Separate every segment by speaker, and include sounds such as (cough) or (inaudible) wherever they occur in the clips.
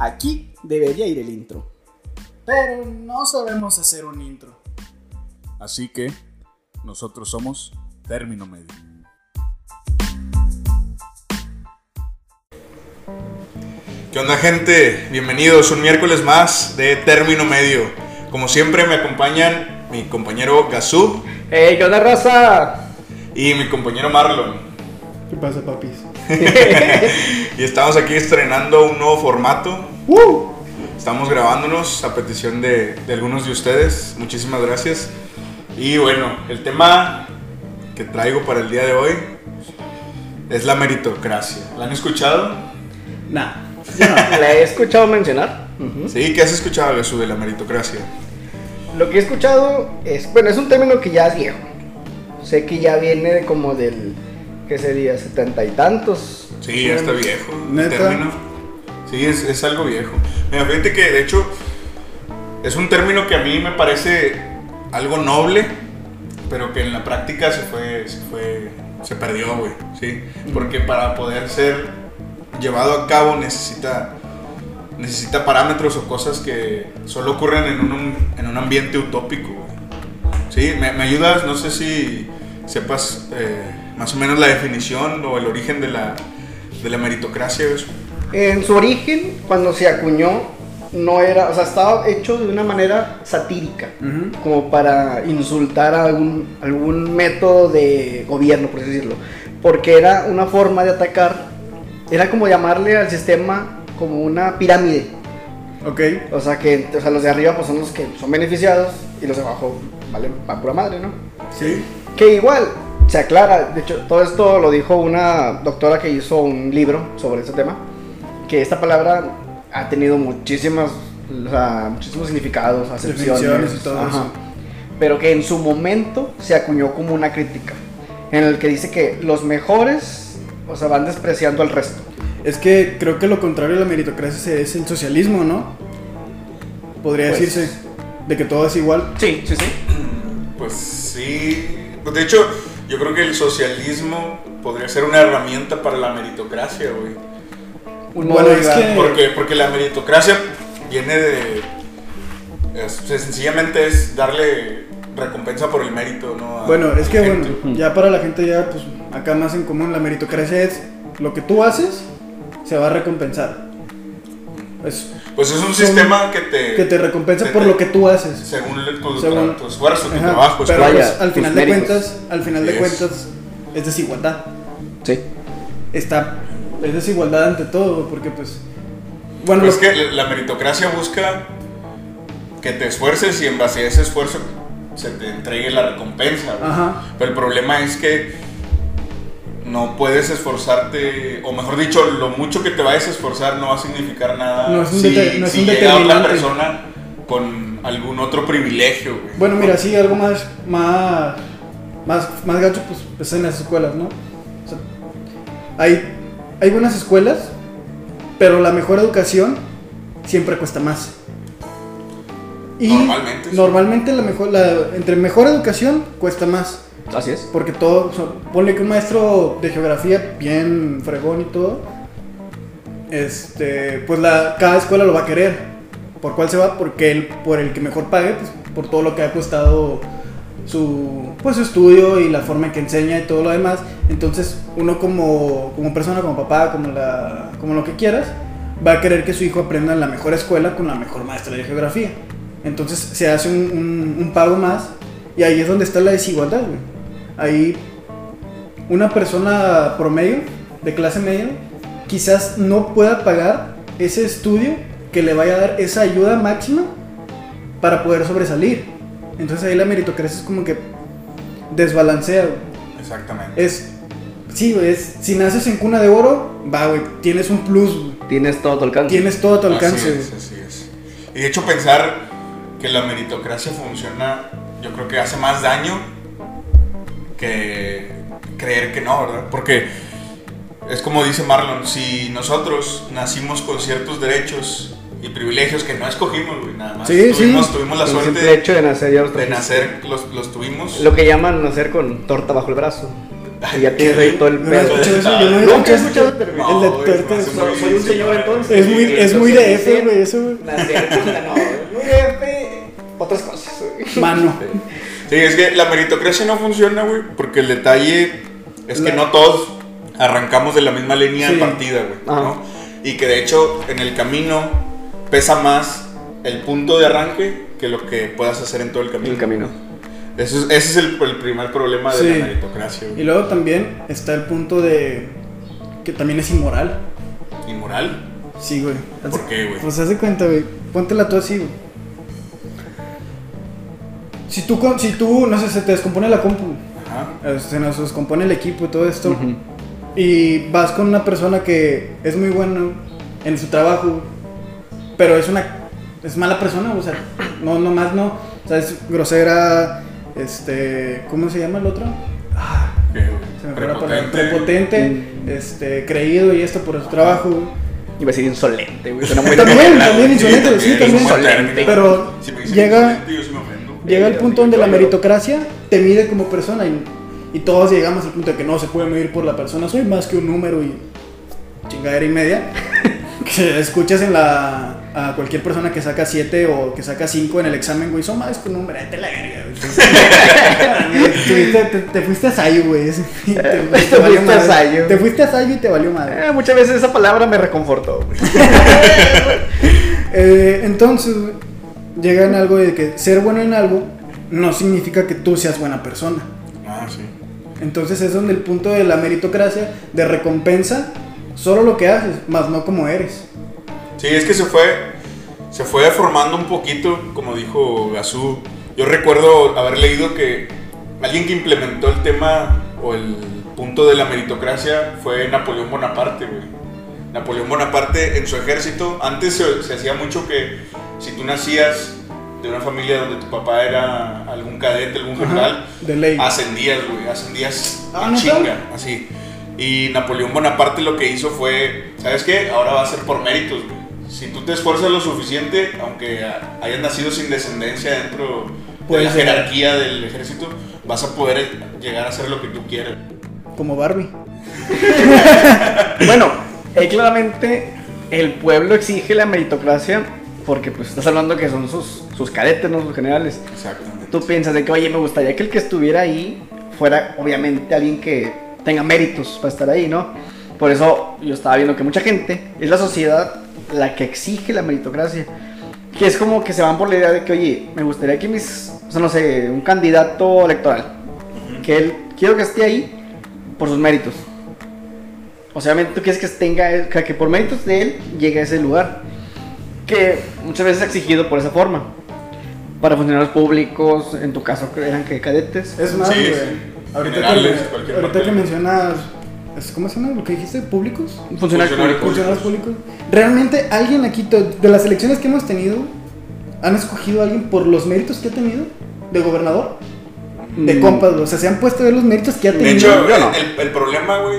Speaker 1: Aquí debería ir el intro.
Speaker 2: Pero no sabemos hacer un intro.
Speaker 3: Así que nosotros somos término medio.
Speaker 4: ¿Qué onda gente? Bienvenidos un miércoles más de término medio. Como siempre me acompañan mi compañero Gazú
Speaker 5: ¡Ey, qué onda, raza!
Speaker 4: y mi compañero Marlon.
Speaker 2: ¿Qué pasa, papis?
Speaker 4: (laughs) Y estamos aquí estrenando un nuevo formato.
Speaker 2: ¡Uh!
Speaker 4: Estamos grabándonos a petición de, de algunos de ustedes. Muchísimas gracias. Y bueno, el tema que traigo para el día de hoy es la meritocracia. ¿La han escuchado?
Speaker 1: Nah.
Speaker 5: (laughs) La he escuchado mencionar.
Speaker 4: Sí, ¿qué has escuchado Jesús de la meritocracia?
Speaker 5: Lo que he escuchado es, bueno, es un término que ya es viejo. Sé que ya viene de como del, ¿qué sería? Setenta y tantos.
Speaker 4: Sí, ya está viejo. el
Speaker 2: ¿Neta?
Speaker 4: término. Sí, es, es algo viejo. Mira, fíjate que de hecho es un término que a mí me parece algo noble, pero que en la práctica se fue, se, fue, se perdió, güey. Sí, porque para poder ser llevado a cabo necesita, necesita parámetros o cosas que solo ocurren en un, en un ambiente utópico, güey. Sí, me, me ayudas, no sé si sepas eh, más o menos la definición o el origen de la, de la meritocracia, güey.
Speaker 5: En su origen, cuando se acuñó, no era, o sea, estaba hecho de una manera satírica, como para insultar a algún, algún método de gobierno, por así decirlo. Porque era una forma de atacar, era como llamarle al sistema como una pirámide.
Speaker 2: Ok.
Speaker 5: O sea que o sea, los de arriba pues, son los que son beneficiados y los de abajo valen para pura madre, ¿no?
Speaker 2: Sí.
Speaker 5: Que igual se aclara, de hecho todo esto lo dijo una doctora que hizo un libro sobre este tema, que esta palabra ha tenido muchísimas, o sea, muchísimos significados, acepciones,
Speaker 2: Definiciones y todo eso.
Speaker 5: pero que en su momento se acuñó como una crítica, en el que dice que los mejores, o sea, van despreciando al resto.
Speaker 2: Es que creo que lo contrario a la meritocracia se- es el socialismo, ¿no? Podría
Speaker 5: Pues-
Speaker 2: decirse. De que todo es igual.
Speaker 5: Sí, sí, sí.
Speaker 4: Pues sí. Pues, De hecho, yo creo que el socialismo podría ser una herramienta para la meritocracia, güey.
Speaker 5: Un
Speaker 2: Bueno,
Speaker 5: modo de
Speaker 2: es
Speaker 5: llegar.
Speaker 2: que-
Speaker 4: Porque, porque la meritocracia viene de. es- o sea, sencillamente es darle recompensa por el mérito, ¿no? A-
Speaker 2: Bueno, es
Speaker 4: a
Speaker 2: que
Speaker 4: la
Speaker 2: bueno,
Speaker 4: gente.
Speaker 2: ya para la gente ya, pues acá más en común, la meritocracia es lo que tú haces se va a recompensar. Es
Speaker 4: Pues es un
Speaker 2: son-
Speaker 4: sistema que te.
Speaker 2: que te recompensa por lo que tú haces.
Speaker 4: Según el- tu,
Speaker 2: Según-
Speaker 4: tu esfuerzo, tu
Speaker 2: Ajá,
Speaker 4: trabajo.
Speaker 2: pero
Speaker 5: vaya,
Speaker 2: pues, al
Speaker 5: tus
Speaker 2: final de
Speaker 5: méritos.
Speaker 2: cuentas, al final de
Speaker 4: Yes.
Speaker 2: cuentas es desigualdad.
Speaker 5: Sí.
Speaker 2: Está es desigualdad ante todo, porque pues bueno,
Speaker 4: Pues es
Speaker 2: lo-
Speaker 4: que la la meritocracia busca que te esfuerces y en base a ese esfuerzo se te entregue la recompensa. güey.
Speaker 2: Ajá.
Speaker 4: Pero el problema es que no puedes esforzarte, o mejor dicho, lo mucho que te vayas a esforzar no va a significar nada
Speaker 2: No es un dete-
Speaker 4: si,
Speaker 2: no es
Speaker 4: si
Speaker 2: un
Speaker 4: llega otra
Speaker 2: determinante.
Speaker 4: persona con algún otro privilegio. güey.
Speaker 2: Bueno, mira, sí, algo más, más, más, más gacho, pues, pues, en las escuelas, ¿no? O sea, hay, hay buenas escuelas, pero la mejor educación siempre cuesta más.
Speaker 4: Normalmente, sí.
Speaker 2: Normalmente la mejor, la, entre mejor educación cuesta más.
Speaker 5: Así es.
Speaker 2: Porque todo, o sea, ponle que un maestro de geografía bien fregón y todo, este, pues la, cada escuela lo va a querer. ¿Por cuál se va? Porque el, por el que mejor pague, pues por todo lo que ha costado su, pues, su estudio y la forma en que enseña y todo lo demás. Entonces uno como, como persona, como papá, como, la, como lo que quieras, va a querer que su hijo aprenda en la mejor escuela con la mejor maestra de geografía. Entonces se hace un, un- un pago más y ahí es donde está la desigualdad, güey. Ahí una persona promedio, de clase media, quizás no pueda pagar ese estudio que le vaya a dar esa ayuda máxima para poder sobresalir. Entonces ahí la meritocracia es como que desbalancea. güey.
Speaker 4: Exactamente.
Speaker 2: Es, sí, güey, es, si naces en cuna de oro, va, güey, tienes un plus, güey.
Speaker 5: Tienes todo tu alcance.
Speaker 2: tienes todo a tu alcance.
Speaker 4: Así es,
Speaker 2: güey.
Speaker 4: así es. Y de hecho pensar que la meritocracia funciona, yo creo que hace más daño que creer que no, ¿verdad? Porque es como dice Marlon, si nosotros nacimos con ciertos derechos y privilegios que no escogimos, güey, nada más
Speaker 2: Sí, sí.
Speaker 4: tuvimos, tuvimos la
Speaker 5: El
Speaker 4: suerte
Speaker 5: simple hecho de nacer ya los
Speaker 4: de
Speaker 5: trajiste.
Speaker 4: nacer, los, los tuvimos.
Speaker 5: Lo que llaman nacer con torta bajo el brazo. Ay, ya te reí todo el
Speaker 2: No, no
Speaker 5: pedo.
Speaker 2: escuché eso, yo no
Speaker 5: Nunca he
Speaker 2: escuché
Speaker 5: escuchado
Speaker 2: eso.
Speaker 5: el término.
Speaker 2: El de
Speaker 4: No, güey,
Speaker 2: tuerte
Speaker 4: no,
Speaker 2: es-
Speaker 4: eso
Speaker 5: So- soy un señor entonces.
Speaker 2: Es muy, es muy de F, güey, eso, güey.
Speaker 5: Nacer con la (laughs) no, es muy de F. Otras cosas. güey.
Speaker 2: Mano.
Speaker 4: Sí, es que la meritocracia no funciona, güey, porque el detalle es que
Speaker 2: La-
Speaker 4: no todos arrancamos de la misma línea
Speaker 2: Sí.
Speaker 4: de partida, güey.
Speaker 5: Ajá.
Speaker 4: ¿no? Y que de hecho en el camino pesa más el punto de arranque que lo que puedas hacer en todo el camino.
Speaker 5: El camino.
Speaker 4: Eso es- ese es el, el primer problema de
Speaker 2: Sí.
Speaker 4: la meritocracia,
Speaker 2: Y
Speaker 4: güey.
Speaker 2: luego también está el punto de que también es inmoral.
Speaker 4: Inmoral.
Speaker 2: Sí, güey.
Speaker 4: ¿Por qué, güey?
Speaker 2: Pues haz de cuenta, güey. Póntela tú así, güey. Si tú, con- si tú, no sé, se te descompone la compu,
Speaker 4: Ajá.
Speaker 2: eh, se nos descompone el equipo y todo esto,
Speaker 5: Ujú.
Speaker 2: y vas con una persona que es muy buena en su trabajo, güey, pero es una, es mala persona, o sea, no, nomás no, o sea, es grosera, este, ¿cómo se llama el otro? Ah,
Speaker 4: ¿Qué, güey?
Speaker 2: se me fue la palabra.
Speaker 4: Prepotente.
Speaker 2: prepotente, este, creído y esto por su trabajo, güey.
Speaker 5: Iba a ser insolente, güey. Suena muy
Speaker 2: También,
Speaker 5: inmoral,
Speaker 2: también
Speaker 5: güey.
Speaker 4: Sí,
Speaker 2: insolente, sí,
Speaker 4: también,
Speaker 2: también.
Speaker 4: es un buen término.
Speaker 2: Pero
Speaker 4: Si me dicen
Speaker 2: llega,
Speaker 4: insolente, yo sí me ofendo.
Speaker 2: llega el punto donde la meritocracia te mide como persona y, y todos llegamos al punto de que no se puede medir por la persona, soy más que un número y chingadera y media. (laughs) Que escuchas en la, a cualquier persona que saca 7 o que saca 5 en el examen, güey, son más que un número, te la verga, güey. Entonces, tuviste- te, te fuiste a Sayo, güey. (laughs) Te,
Speaker 5: fuiste
Speaker 2: valió
Speaker 5: a
Speaker 2: madre.
Speaker 5: Sayo.
Speaker 2: Te fuiste a Sayo y te valió madre.
Speaker 5: Eh, muchas veces esa palabra me reconfortó, güey.
Speaker 2: Eh, entonces, güey, llegan algo de que ser bueno en algo no significa que tú seas buena persona.
Speaker 4: Ah, sí.
Speaker 2: Entonces es donde el punto de la meritocracia, de recompensa, solo lo que haces, más no como eres.
Speaker 4: Sí, es que se fue, se fue formando un poquito, como dijo Gazú. Yo recuerdo haber leído que alguien que implementó el tema o el punto de la meritocracia fue Napoleón Bonaparte, güey. Napoleón Bonaparte en su ejército, antes se, se hacía mucho que si tú nacías de una familia donde tu papá era algún cadete, algún general,
Speaker 2: de ley.
Speaker 4: Ah, ascendías, güey, ascendías
Speaker 2: Ah,
Speaker 4: en
Speaker 2: ¿neta?
Speaker 4: chinga, así. Y Napoleón Bonaparte lo que hizo fue, ¿sabes qué? Ahora va a ser por méritos, güey. Si tú te esfuerzas lo suficiente, aunque a- hayas nacido sin descendencia dentro
Speaker 2: Puedes
Speaker 4: de la
Speaker 2: llegar.
Speaker 4: jerarquía del ejército, vas a poder llegar a hacer lo que tú quieras.
Speaker 2: Como Barbie.
Speaker 5: Bueno, eh, claramente el pueblo exige la meritocracia porque pues estás hablando que son sus, sus cadetes, no sus generales.
Speaker 4: Exactamente.
Speaker 5: Tú piensas de que, oye, me gustaría que el que estuviera ahí fuera obviamente alguien que tenga méritos para estar ahí, ¿no? Por eso yo estaba viendo que mucha gente, es la sociedad la que exige la meritocracia. Que es como que se van por la idea de que, oye, me gustaría que mis, o sea, no sé, un candidato electoral, que él, quiero que esté ahí por sus méritos. O sea, obviamente tú quieres que tenga, que- que por méritos de él llegue a ese lugar. Que muchas veces es exigido por esa forma. Para funcionarios públicos, en tu caso que eran que cadetes.
Speaker 2: Es más,
Speaker 4: Sí,
Speaker 2: güey.
Speaker 4: sí.
Speaker 2: Ahorita, que,
Speaker 4: Generales,
Speaker 2: me-
Speaker 4: cualquier
Speaker 2: ahorita
Speaker 4: parte
Speaker 2: que
Speaker 4: del-
Speaker 2: mencionas. es- ¿Cómo se llama lo que dijiste? ¿Públicos?
Speaker 5: Funcionarios
Speaker 4: Funcionario
Speaker 5: públicos.
Speaker 2: ¿Funcionarios públicos? ¿Realmente alguien aquí, to- de las elecciones que hemos tenido, han escogido a alguien por los méritos que ha tenido de gobernador? De
Speaker 5: Mm.
Speaker 2: compas, güey, o sea, se han puesto a ver los méritos que ha tenido.
Speaker 4: De hecho,
Speaker 5: yo no.
Speaker 4: el, el problema, güey,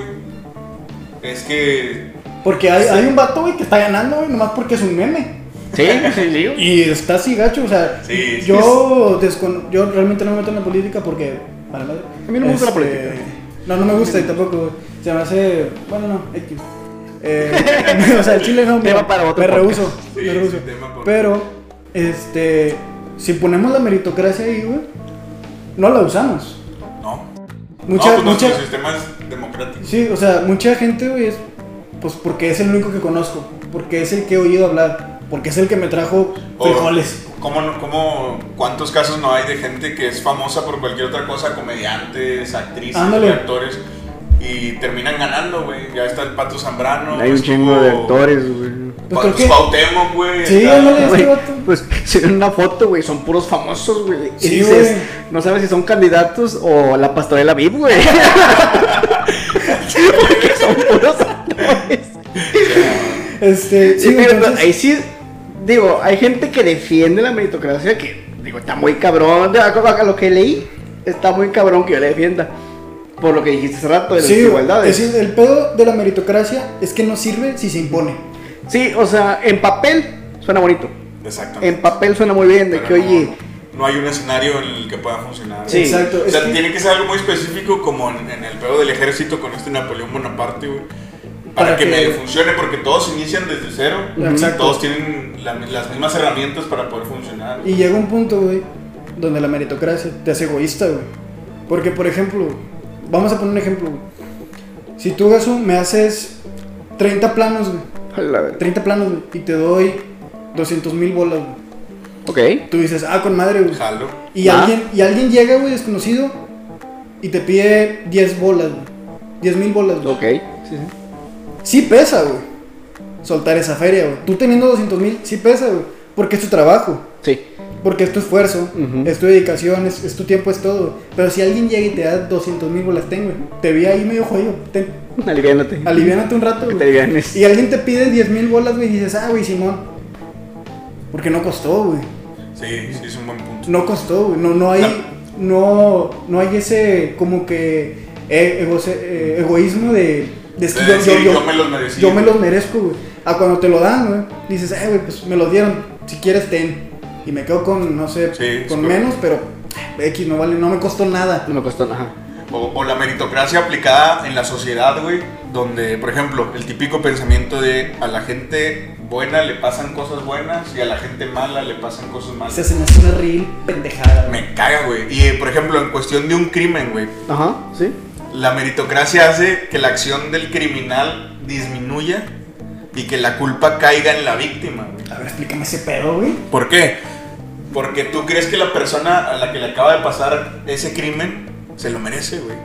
Speaker 4: es que...
Speaker 2: Porque hay, hay un vato, güey, que está ganando, güey, nomás porque es un meme.
Speaker 5: Sí, (laughs) sí, digo.
Speaker 2: Y está así, gacho, o sea,
Speaker 4: Sí, sí,
Speaker 2: yo, descono- yo realmente no me meto en la política porque... para madre.
Speaker 5: A mí no me gusta la política.
Speaker 2: No, no me gusta y tampoco, güey. se me hace... Bueno, no, X. Eh, (laughs) o sea, el chile no,
Speaker 5: Tema
Speaker 2: me,
Speaker 5: para otro
Speaker 2: me
Speaker 5: podcast.
Speaker 2: rehuso,
Speaker 4: Sí,
Speaker 2: me rehuso.
Speaker 4: sí, tema por-
Speaker 2: Pero, este, si ponemos la meritocracia ahí, güey, no la usamos.
Speaker 4: No.
Speaker 2: Mucha,
Speaker 4: no, pues
Speaker 2: mucha,
Speaker 4: nuestro sistema es democrático.
Speaker 2: Sí, o sea, mucha gente, güey, es pues porque es el único que conozco, porque es el que he oído hablar, porque es el que me trajo
Speaker 4: O-
Speaker 2: frijoles.
Speaker 4: ¿Cómo, no- cómo, ¿Cuántos casos no hay de gente que es famosa por cualquier otra cosa? Comediantes, actrices,
Speaker 2: Ándale.
Speaker 4: actores. Y terminan ganando, güey. Ya está el Pato Zambrano.
Speaker 5: Hay un
Speaker 4: estuvo
Speaker 5: chingo de actores, güey.
Speaker 2: Pues creo
Speaker 4: Cuau-
Speaker 2: que-
Speaker 4: Cuauhtémoc, güey.
Speaker 2: Sí,
Speaker 4: está-
Speaker 2: ándale.
Speaker 5: Güey,
Speaker 2: este vato.
Speaker 5: Pues si ven una foto, güey, son puros famosos, güey. Y
Speaker 2: Sí,
Speaker 5: dices,
Speaker 2: güey.
Speaker 5: no sabes si son candidatos o la pastorela VIP, güey. Porque son puros actores.
Speaker 2: Este, sí,
Speaker 5: Sí, pero
Speaker 2: entonces,
Speaker 5: ahí sí, digo, hay gente que defiende la meritocracia que, digo, está muy cabrón. De acuerdo a lo que leí, está muy cabrón que yo la defienda. Por lo que dijiste hace rato de las
Speaker 2: sí,
Speaker 5: desigualdades.
Speaker 2: es decir, el pedo de la meritocracia es que no sirve si se impone.
Speaker 5: Sí, o sea, en papel suena bonito.
Speaker 4: Exactamente.
Speaker 5: En papel suena muy bien, Em, de
Speaker 4: Pero
Speaker 5: que, oye,
Speaker 4: no. no hay un escenario en el que pueda funcionar.
Speaker 5: Sí.
Speaker 2: Exacto.
Speaker 4: O sea,
Speaker 2: es que-
Speaker 4: tiene que ser algo muy específico como en, en el pedo del ejército con este Napoleón Bonaparte, güey. Para,
Speaker 2: Para
Speaker 4: que,
Speaker 2: que-
Speaker 4: medio funcione, porque todos inician desde cero.
Speaker 2: Exacto.
Speaker 4: Todos tienen la- las mismas herramientas para poder funcionar.
Speaker 2: Y llega un punto, güey, donde la meritocracia te hace egoísta, güey. Porque, por ejemplo, vamos a poner un ejemplo, güey. Si tú, Gasú, me haces 30 planos, güey.
Speaker 5: (laughs) A la verga.
Speaker 2: 30 planos, güey, y te doy 200 mil bolas, güey.
Speaker 5: Ok.
Speaker 2: Tú dices, ah, con madre, güey.
Speaker 4: Jalo.
Speaker 2: Y,
Speaker 5: Ah.
Speaker 2: alguien, y alguien llega, güey, desconocido, y te pide 10 bolas, güey. 10 mil bolas, güey.
Speaker 5: Ok. Sí, sí.
Speaker 2: Sí pesa, güey. Soltar esa feria, güey. Tú teniendo 200 mil, sí pesa, güey. Porque es tu trabajo.
Speaker 5: Sí. (laughs)
Speaker 2: Porque es tu esfuerzo,
Speaker 5: Ujú.
Speaker 2: es tu dedicación, es, es tu tiempo, es todo. Pero si alguien llega y te da 200 mil bolas, ten, güey. Te vi ahí medio jodido. Ten,
Speaker 5: Aliviánate.
Speaker 2: aliviánate un rato,
Speaker 5: Que te
Speaker 2: güey.
Speaker 5: alivianes.
Speaker 2: Y alguien te pide 10 mil bolas, güey, y dices, ah, güey, Simón. Porque no costó, güey.
Speaker 4: Sí, sí, es un buen punto.
Speaker 2: No costó, güey. No, no hay. No, no hay ese como que e- ego- eh, egoísmo de. de es que
Speaker 4: De decir, yo me los merecí.
Speaker 2: Yo me los merezco, güey. A cuando te lo dan, güey. Dices, eh, güey, pues me lo dieron. Si quieres, ten. Y me quedo con, no sé,
Speaker 4: Sí, es
Speaker 2: con
Speaker 4: correcto.
Speaker 2: menos, pero eh, X no vale, no me costó nada.
Speaker 5: No me costó nada.
Speaker 4: O, o la meritocracia aplicada en la sociedad, güey, donde, por ejemplo, el típico pensamiento de a la gente buena le pasan cosas buenas y a la gente mala le pasan cosas
Speaker 2: Se
Speaker 4: malas.
Speaker 2: se me hace una reel pendejada. güey.
Speaker 4: Me caga, güey. Y, eh, por ejemplo, en cuestión de un crimen, güey,
Speaker 5: Ajá, sí.
Speaker 4: la meritocracia hace que la acción del criminal disminuya y que la culpa caiga en la víctima, güey.
Speaker 2: A ver, explícame ese pedo, güey.
Speaker 4: ¿Por qué? Porque tú crees que la persona a la que le acaba de pasar ese crimen se lo merece, güey.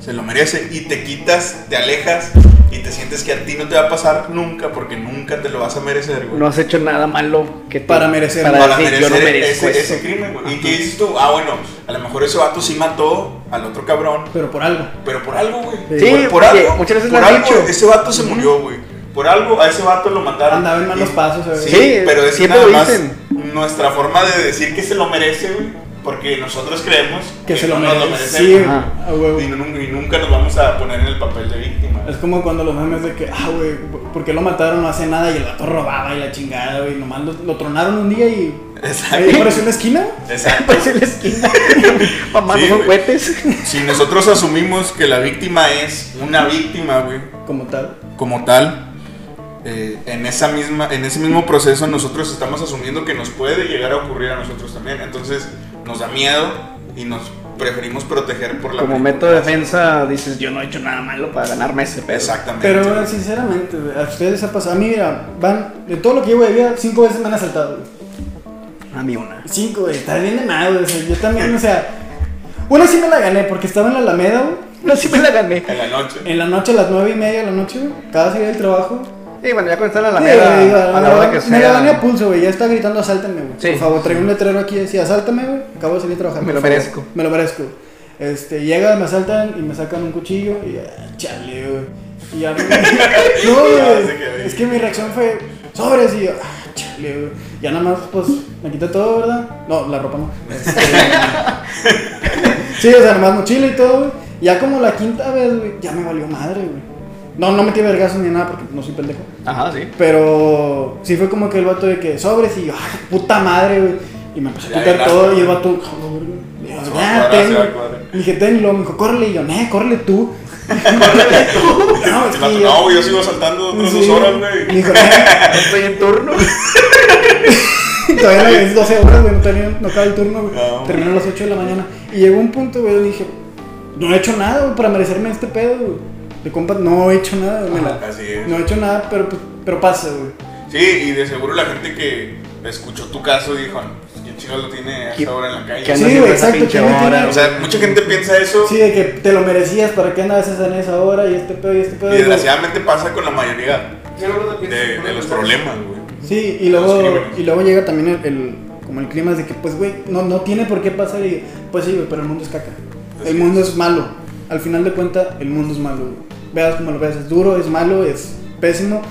Speaker 4: Se lo merece. Y te quitas, te alejas y te sientes que a ti no te va a pasar nunca porque nunca te lo vas a merecer, güey.
Speaker 5: No has hecho nada malo que te-
Speaker 2: Para merecer-
Speaker 5: para
Speaker 4: para
Speaker 5: decir,
Speaker 4: merecer
Speaker 5: yo no merezco
Speaker 4: ese,
Speaker 5: eso.
Speaker 4: ese crimen, güey. ¿Y
Speaker 5: Ajá.
Speaker 4: qué dices tú? Ah, bueno, a lo mejor ese vato sí mató al otro cabrón,
Speaker 2: Pero por algo.
Speaker 4: pero por algo, güey.
Speaker 5: Sí,
Speaker 4: por, por
Speaker 5: porque
Speaker 4: algo.
Speaker 5: muchas veces
Speaker 4: por
Speaker 5: lo han
Speaker 4: algo,
Speaker 5: dicho.
Speaker 4: Ese vato se murió, güey. Por algo a ese vato lo mataron.
Speaker 2: Andaba en malos
Speaker 4: Y-
Speaker 2: pasos, güey.
Speaker 4: Sí,
Speaker 5: Sí,
Speaker 4: pero es
Speaker 5: siempre
Speaker 4: nada
Speaker 5: lo
Speaker 4: más
Speaker 5: dicen.
Speaker 4: nuestra forma de decir que se lo merece, güey. Porque nosotros creemos
Speaker 2: Que se lo
Speaker 4: no nos
Speaker 2: merece. Sí,
Speaker 4: merecemos.
Speaker 2: güey.
Speaker 5: Ajá.
Speaker 2: A huevo.
Speaker 4: y, nun- y nunca nos vamos a poner en el papel de víctima.
Speaker 2: Es como cuando los memes de que, ah, güey, ¿por qué lo mataron? No hace nada y el vato robaba y la chingada, güey. Nomás lo, lo tronaron un día y.
Speaker 4: (laughs) Exacto.
Speaker 2: ¿Ahí apareció una esquina?
Speaker 4: Exacto.
Speaker 5: (laughs) Pues en la
Speaker 2: (laughs)
Speaker 5: esquina. Mamá,
Speaker 4: Sí,
Speaker 5: no son
Speaker 4: güey.
Speaker 5: cohetes.
Speaker 4: Si nosotros asumimos que la víctima es una víctima, güey,
Speaker 2: Como tal.
Speaker 4: como tal, eh, en, esa misma, en ese mismo proceso nosotros estamos asumiendo que nos puede llegar a ocurrir a nosotros también. Entonces nos da miedo y nos preferimos proteger por la
Speaker 5: Como
Speaker 4: víctima.
Speaker 5: método de defensa dices, yo no he hecho nada malo para ganarme ese pedo.
Speaker 4: Exactamente.
Speaker 2: Pero, güey, sinceramente, güey, a ustedes les ha pasado. A mí, mira, van. De todo lo que llevo de vida, cinco veces me han asaltado, güey.
Speaker 5: A mí una.
Speaker 2: Cinco, güey. Está bien de nada, güey. O sea, yo también, o sea. Una sí me la gané porque estaba en la Alameda, güey.
Speaker 5: No, sí me la gané.
Speaker 4: en la noche.
Speaker 2: En la noche, a las nueve y media de la noche, güey. Cada salida del trabajo.
Speaker 5: Y bueno, ya cuando está en la
Speaker 2: Sí,
Speaker 5: alameda,
Speaker 2: güey,
Speaker 5: a la hora que
Speaker 2: Me la gané
Speaker 5: sea,
Speaker 2: a pulso, güey. Ya está gritando, asáltame, güey.
Speaker 5: Sí.
Speaker 2: Por favor, trae un letrero aquí y decía, asáltame, güey. Acabo de salir a trabajar.
Speaker 5: Me
Speaker 2: por
Speaker 5: lo
Speaker 2: favor".
Speaker 5: merezco.
Speaker 2: Me lo merezco. Este, llega, me asaltan y me sacan un cuchillo y ah, chale, güey. Y
Speaker 5: (laughs)
Speaker 2: ya no, no, güey,
Speaker 4: se quedó ahí.
Speaker 2: Es que mi reacción fue sobres y yo, ah, chale, güey. Ya nada más, pues, me quité todo, ¿verdad? No, la ropa no.
Speaker 5: (laughs)
Speaker 2: Este, sí, o sea, nada más mochila y todo, güey. Ya como la quinta vez, güey, ya me valió madre, güey. No, no metí vergazos ni nada porque no soy pendejo.
Speaker 5: Ajá, sí.
Speaker 2: Pero sí fue como que el vato de que sobres y yo, ah, puta madre, güey. Y me empezó a
Speaker 4: Ya
Speaker 2: quitar
Speaker 4: llegaste,
Speaker 2: todo y
Speaker 4: güey.
Speaker 2: el vato, "Joder, güey". Le digo,
Speaker 4: Se va
Speaker 2: "Ya,
Speaker 4: a cuadrar,
Speaker 2: ten,
Speaker 4: se va a
Speaker 2: güey".
Speaker 4: cuadrar.
Speaker 2: Le dije, ten, y luego me dijo, córrele. Y yo, ne, córrele
Speaker 4: (laughs)
Speaker 2: tú. (laughs) no, es
Speaker 4: El vato,
Speaker 2: que
Speaker 4: no,
Speaker 2: yo-
Speaker 4: güey, yo sigo saltando otras
Speaker 2: Sí.
Speaker 4: dos horas,
Speaker 2: Me
Speaker 4: güey.
Speaker 2: dijo, "Eh, "Ne".
Speaker 5: Estoy
Speaker 4: (laughs)
Speaker 5: en turno.
Speaker 2: todavía no es 12 horas, güey, no, tenía, no acaba el turno, güey.
Speaker 4: No,
Speaker 2: Terminó a las 8 de la mañana. Y llegó un punto, güey, donde dije, no he hecho nada, güey, para merecerme este pedo, güey. De compa, no he hecho nada, güey. me la-
Speaker 4: Así es.
Speaker 2: No he hecho nada, pero, pues, pero pasa, güey.
Speaker 4: Sí, y de seguro la gente que escuchó tu caso dijo, "No, pues, ¿quién chido lo tiene a
Speaker 5: ¿Qué-
Speaker 4: esa hora en la
Speaker 5: Que
Speaker 4: calle?
Speaker 2: Sí,
Speaker 5: andas
Speaker 2: güey,
Speaker 5: en esa
Speaker 2: exacto,
Speaker 5: pinche
Speaker 2: que no
Speaker 5: hora.
Speaker 2: tiene-
Speaker 4: O sea, mucha gente piensa eso
Speaker 2: Sí, de que te lo merecías, ¿para qué andabas en esa hora? Y este pedo, y este
Speaker 4: y
Speaker 2: pedo. y luego-
Speaker 4: desgraciadamente pasa con la mayoría de, de los problemas, güey.
Speaker 2: Sí, y
Speaker 4: los
Speaker 2: luego,
Speaker 4: crímenes.
Speaker 2: y luego llega también el, el- como el clima de que, pues, güey, no, no tiene por qué pasar. Y, pues sí, güey, pero el mundo es caca.
Speaker 4: Así
Speaker 2: El mundo es malo. Al final de cuentas, el mundo es malo. güey. Veas como lo veas, es duro, es malo, es pésimo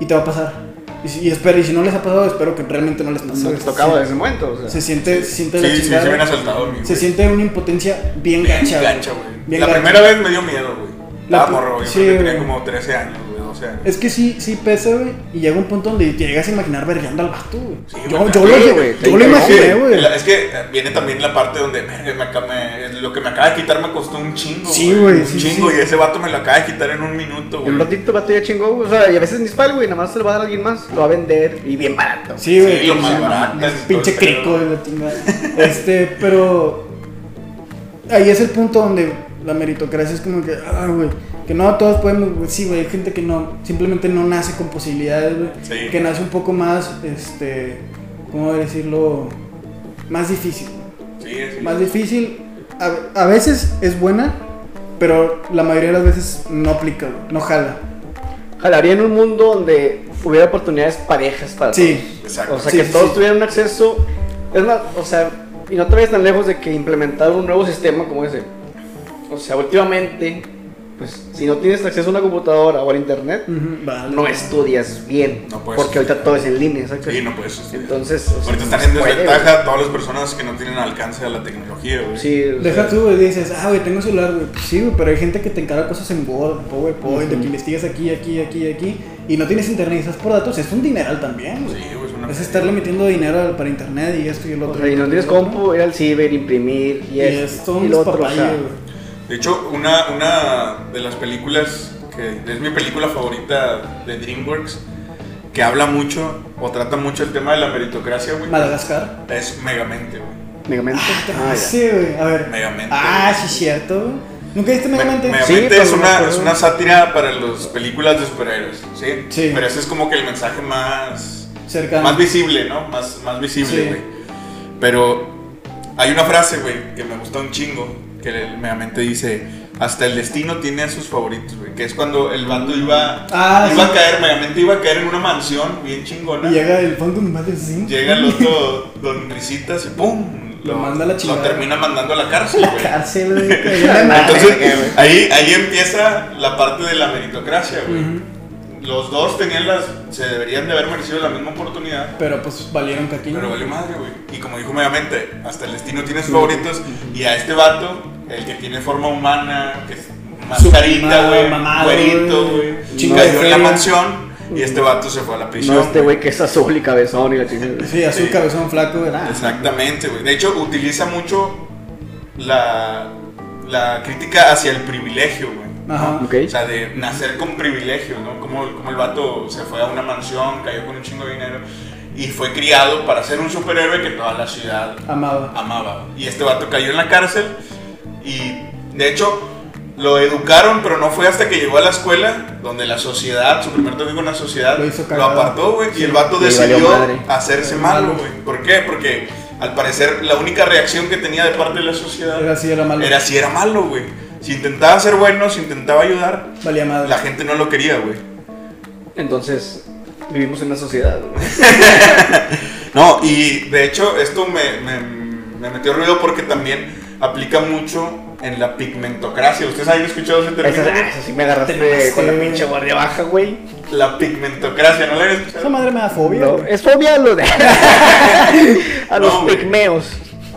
Speaker 2: y te va a pasar. Y, si- y espera, y si no les ha pasado, espero que realmente no les pase.
Speaker 5: No te
Speaker 2: güey.
Speaker 5: tocaba en
Speaker 2: Sí.
Speaker 5: ese momento, o sea.
Speaker 2: Se siente, se siente
Speaker 4: Sí,
Speaker 2: la
Speaker 4: sí,
Speaker 2: chingada.
Speaker 4: se ven asaltado, güey.
Speaker 2: Se siente una impotencia bien
Speaker 4: bien
Speaker 2: gacha.
Speaker 4: gacha,
Speaker 2: Bien
Speaker 4: güey. La
Speaker 2: gacha.
Speaker 4: primera vez me dio miedo, güey.
Speaker 2: La
Speaker 4: Estaba
Speaker 2: pr-
Speaker 4: morro, güey.
Speaker 2: sí,
Speaker 4: Yo
Speaker 2: güey.
Speaker 4: tenía como 13 años, güey, o sea.
Speaker 2: Es que sí, sí pesa, güey. Y llega un punto donde te llegas a imaginar vergueando al vato, güey.
Speaker 4: Sí,
Speaker 2: yo,
Speaker 4: güey, sí,
Speaker 2: yo, lo,
Speaker 5: güey,
Speaker 2: yo lo
Speaker 5: sí,
Speaker 2: imaginé,
Speaker 4: Sí,
Speaker 2: güey.
Speaker 4: la- es que viene también la parte donde verga, me acaba- me- lo que me acaba de quitar me costó un chingo.
Speaker 2: Sí, güey,
Speaker 4: Un
Speaker 2: sí,
Speaker 4: chingo
Speaker 2: sí.
Speaker 4: y ese vato me lo acaba de quitar en un minuto,
Speaker 5: En un
Speaker 4: güey.
Speaker 5: ratito el vato ya chingó, o sea, y a veces ni es para él, güey, nada más se lo va a dar a alguien más, lo va a vender y bien barato.
Speaker 2: Sí, güey.
Speaker 4: Sí, lo
Speaker 2: sí,
Speaker 4: más
Speaker 2: sí,
Speaker 4: barato,
Speaker 2: mames,
Speaker 4: todo
Speaker 2: Pinche
Speaker 4: el pedo.
Speaker 2: crico de la chingada. Este, pero. Ahí es el punto donde la meritocracia es como que, ah, güey, que no todos podemos, güey, sí, güey, hay gente que no, simplemente no nace con posibilidades, güey,
Speaker 4: Sí.
Speaker 2: que nace un poco más, este, ¿cómo decirlo? Más difícil,
Speaker 4: Sí, sí.
Speaker 2: más difícil, a, a veces es buena, pero la mayoría de las veces no aplica, güey, no jala.
Speaker 5: Jalaría en un mundo donde hubiera oportunidades parejas para
Speaker 2: Sí,
Speaker 5: todos.
Speaker 4: Exacto.
Speaker 5: O sea,
Speaker 2: Sí,
Speaker 5: que
Speaker 2: sí,
Speaker 5: todos
Speaker 2: sí.
Speaker 5: tuvieran un acceso, es más, o sea, y no te vayas tan lejos de que implementar un nuevo sistema como ese. O sea, últimamente, pues, si no tienes acceso a una computadora o al internet,
Speaker 2: Ujú, vale.
Speaker 5: no estudias bien,
Speaker 4: No puedes
Speaker 5: porque ahorita todo es en línea, ¿sabes?
Speaker 4: Sí, no puedes. estudiar.
Speaker 5: Entonces, o sea,
Speaker 4: Ahorita
Speaker 5: no
Speaker 4: están
Speaker 5: se
Speaker 4: en
Speaker 5: puede,
Speaker 4: desventaja todas las personas que no tienen alcance a la tecnología, güey.
Speaker 5: güey. Sí, o sea,
Speaker 2: Deja tú, güey, dices, ah, güey, tengo celular, güey. Pues Sí, güey, pero hay gente que te encarga cosas en Word, PowerPoint, de que investigas aquí, aquí, aquí, aquí, y no tienes internet y estás por datos, es un dineral también, güey.
Speaker 4: Sí, güey, es una-
Speaker 2: Es estarle metiendo dinero al- para internet y esto y el
Speaker 5: O
Speaker 2: otro.
Speaker 5: sea, y no tienes compu, ir al ciber, imprimir, y,
Speaker 2: Y es
Speaker 5: esto,
Speaker 2: todo
Speaker 5: y
Speaker 2: un
Speaker 5: lo otro, o
Speaker 2: despapalle,
Speaker 5: sea,
Speaker 2: güey.
Speaker 4: De hecho, una, una de las películas que es mi película favorita de DreamWorks, que habla mucho o trata mucho el tema de la meritocracia, güey,
Speaker 2: Madagascar.
Speaker 4: es Megamente, güey.
Speaker 5: Megamente. Ah, ya.
Speaker 2: sí, güey, a ver.
Speaker 4: Megamente.
Speaker 2: Ah, sí, cierto, güey. ¿Nunca viste Megamente? pues,
Speaker 4: Me-
Speaker 5: Sí,
Speaker 4: Megamente
Speaker 5: pero
Speaker 4: es,
Speaker 5: no me
Speaker 4: una,
Speaker 5: acuerdo.
Speaker 4: es una sátira para las películas de superhéroes, ¿sí?
Speaker 2: Sí.
Speaker 4: Pero ese es como que el mensaje más,
Speaker 2: Cercano.
Speaker 4: más visible, ¿no? Más, más visible,
Speaker 2: Sí.
Speaker 4: güey. Pero hay una frase, güey, que me gusta un chingo, que el- Megamente dice, hasta el destino tiene a sus favoritos, güey, que es cuando el bando iba,
Speaker 2: Ah,
Speaker 4: iba
Speaker 2: sí.
Speaker 4: a caer, Megamente iba a caer en una mansión bien chingona.
Speaker 2: Y llega el fondo de madre, sí.
Speaker 4: Llega el otro Don Risitas y ¡pum!
Speaker 2: Lo manda a la
Speaker 4: Lo
Speaker 2: chingada.
Speaker 4: termina mandando a la cárcel,
Speaker 2: (laughs)
Speaker 4: güey.
Speaker 2: Cárcel,
Speaker 4: (laughs)
Speaker 2: güey. que llega la-
Speaker 4: Entonces, ahí, ahí empieza la parte de la meritocracia, güey. Los dos tenían las. Se deberían de haber merecido la misma oportunidad.
Speaker 2: Pero pues valieron caquín.
Speaker 4: Pero valió madre, güey. Y como dijo mediamente, hasta el destino tiene sus favoritos. Y a este vato, el que tiene forma humana, que es mascarita,
Speaker 2: Sublimado,
Speaker 4: güey,
Speaker 2: mamado,
Speaker 4: güerito,
Speaker 2: güey.
Speaker 4: güey.
Speaker 2: Chingo
Speaker 4: Cayó
Speaker 2: de
Speaker 4: en la
Speaker 2: feo.
Speaker 4: mansión y este vato se fue a la prisión.
Speaker 5: No, este
Speaker 4: güey.
Speaker 5: güey que es azul y cabezón y la chingada.
Speaker 2: Sí, azul,
Speaker 4: Sí.
Speaker 2: cabezón flaco, güey. Ah,
Speaker 4: Exactamente, güey. De hecho, utiliza mucho la, la crítica hacia el privilegio, güey.
Speaker 2: Ajá.
Speaker 5: Ok.
Speaker 4: O sea, de nacer con privilegios, ¿no? Como, como el vato se fue a una mansión, cayó con un chingo de dinero y fue criado para ser un superhéroe que toda la ciudad
Speaker 2: Amaba.
Speaker 4: amaba. Y este vato cayó en la cárcel y, de hecho, lo educaron, pero no fue hasta que llegó a la escuela donde la sociedad, su primer domingo en la sociedad,
Speaker 2: Lo hizo
Speaker 4: lo
Speaker 2: cagada.
Speaker 4: apartó, güey. Y el vato
Speaker 5: Le valió
Speaker 4: decidió
Speaker 5: madre.
Speaker 4: hacerse malo, güey. ¿Por qué? Porque al parecer la única reacción que tenía de parte de la sociedad
Speaker 2: Era así, era malo.
Speaker 4: era si era malo, güey. Si intentaba ser bueno, si intentaba ayudar,
Speaker 2: Valía madre.
Speaker 4: la gente no lo quería, güey.
Speaker 5: Entonces, vivimos en una sociedad, güey.
Speaker 4: No, y de hecho esto me, me, me metió ruido porque también aplica mucho en la pigmentocracia. ¿Ustedes han escuchado ese término?
Speaker 5: Esa, esa sí me agarraste
Speaker 2: Te
Speaker 5: con la
Speaker 2: mamaste.
Speaker 5: pinche guardia baja, güey.
Speaker 4: La pigmentocracia, ¿no la han
Speaker 2: Esa
Speaker 4: escuchado?
Speaker 2: madre me da fobia.
Speaker 5: No,
Speaker 2: güey.
Speaker 5: es fobia a los, (laughs) a los
Speaker 4: No, güey.
Speaker 5: pigmeos.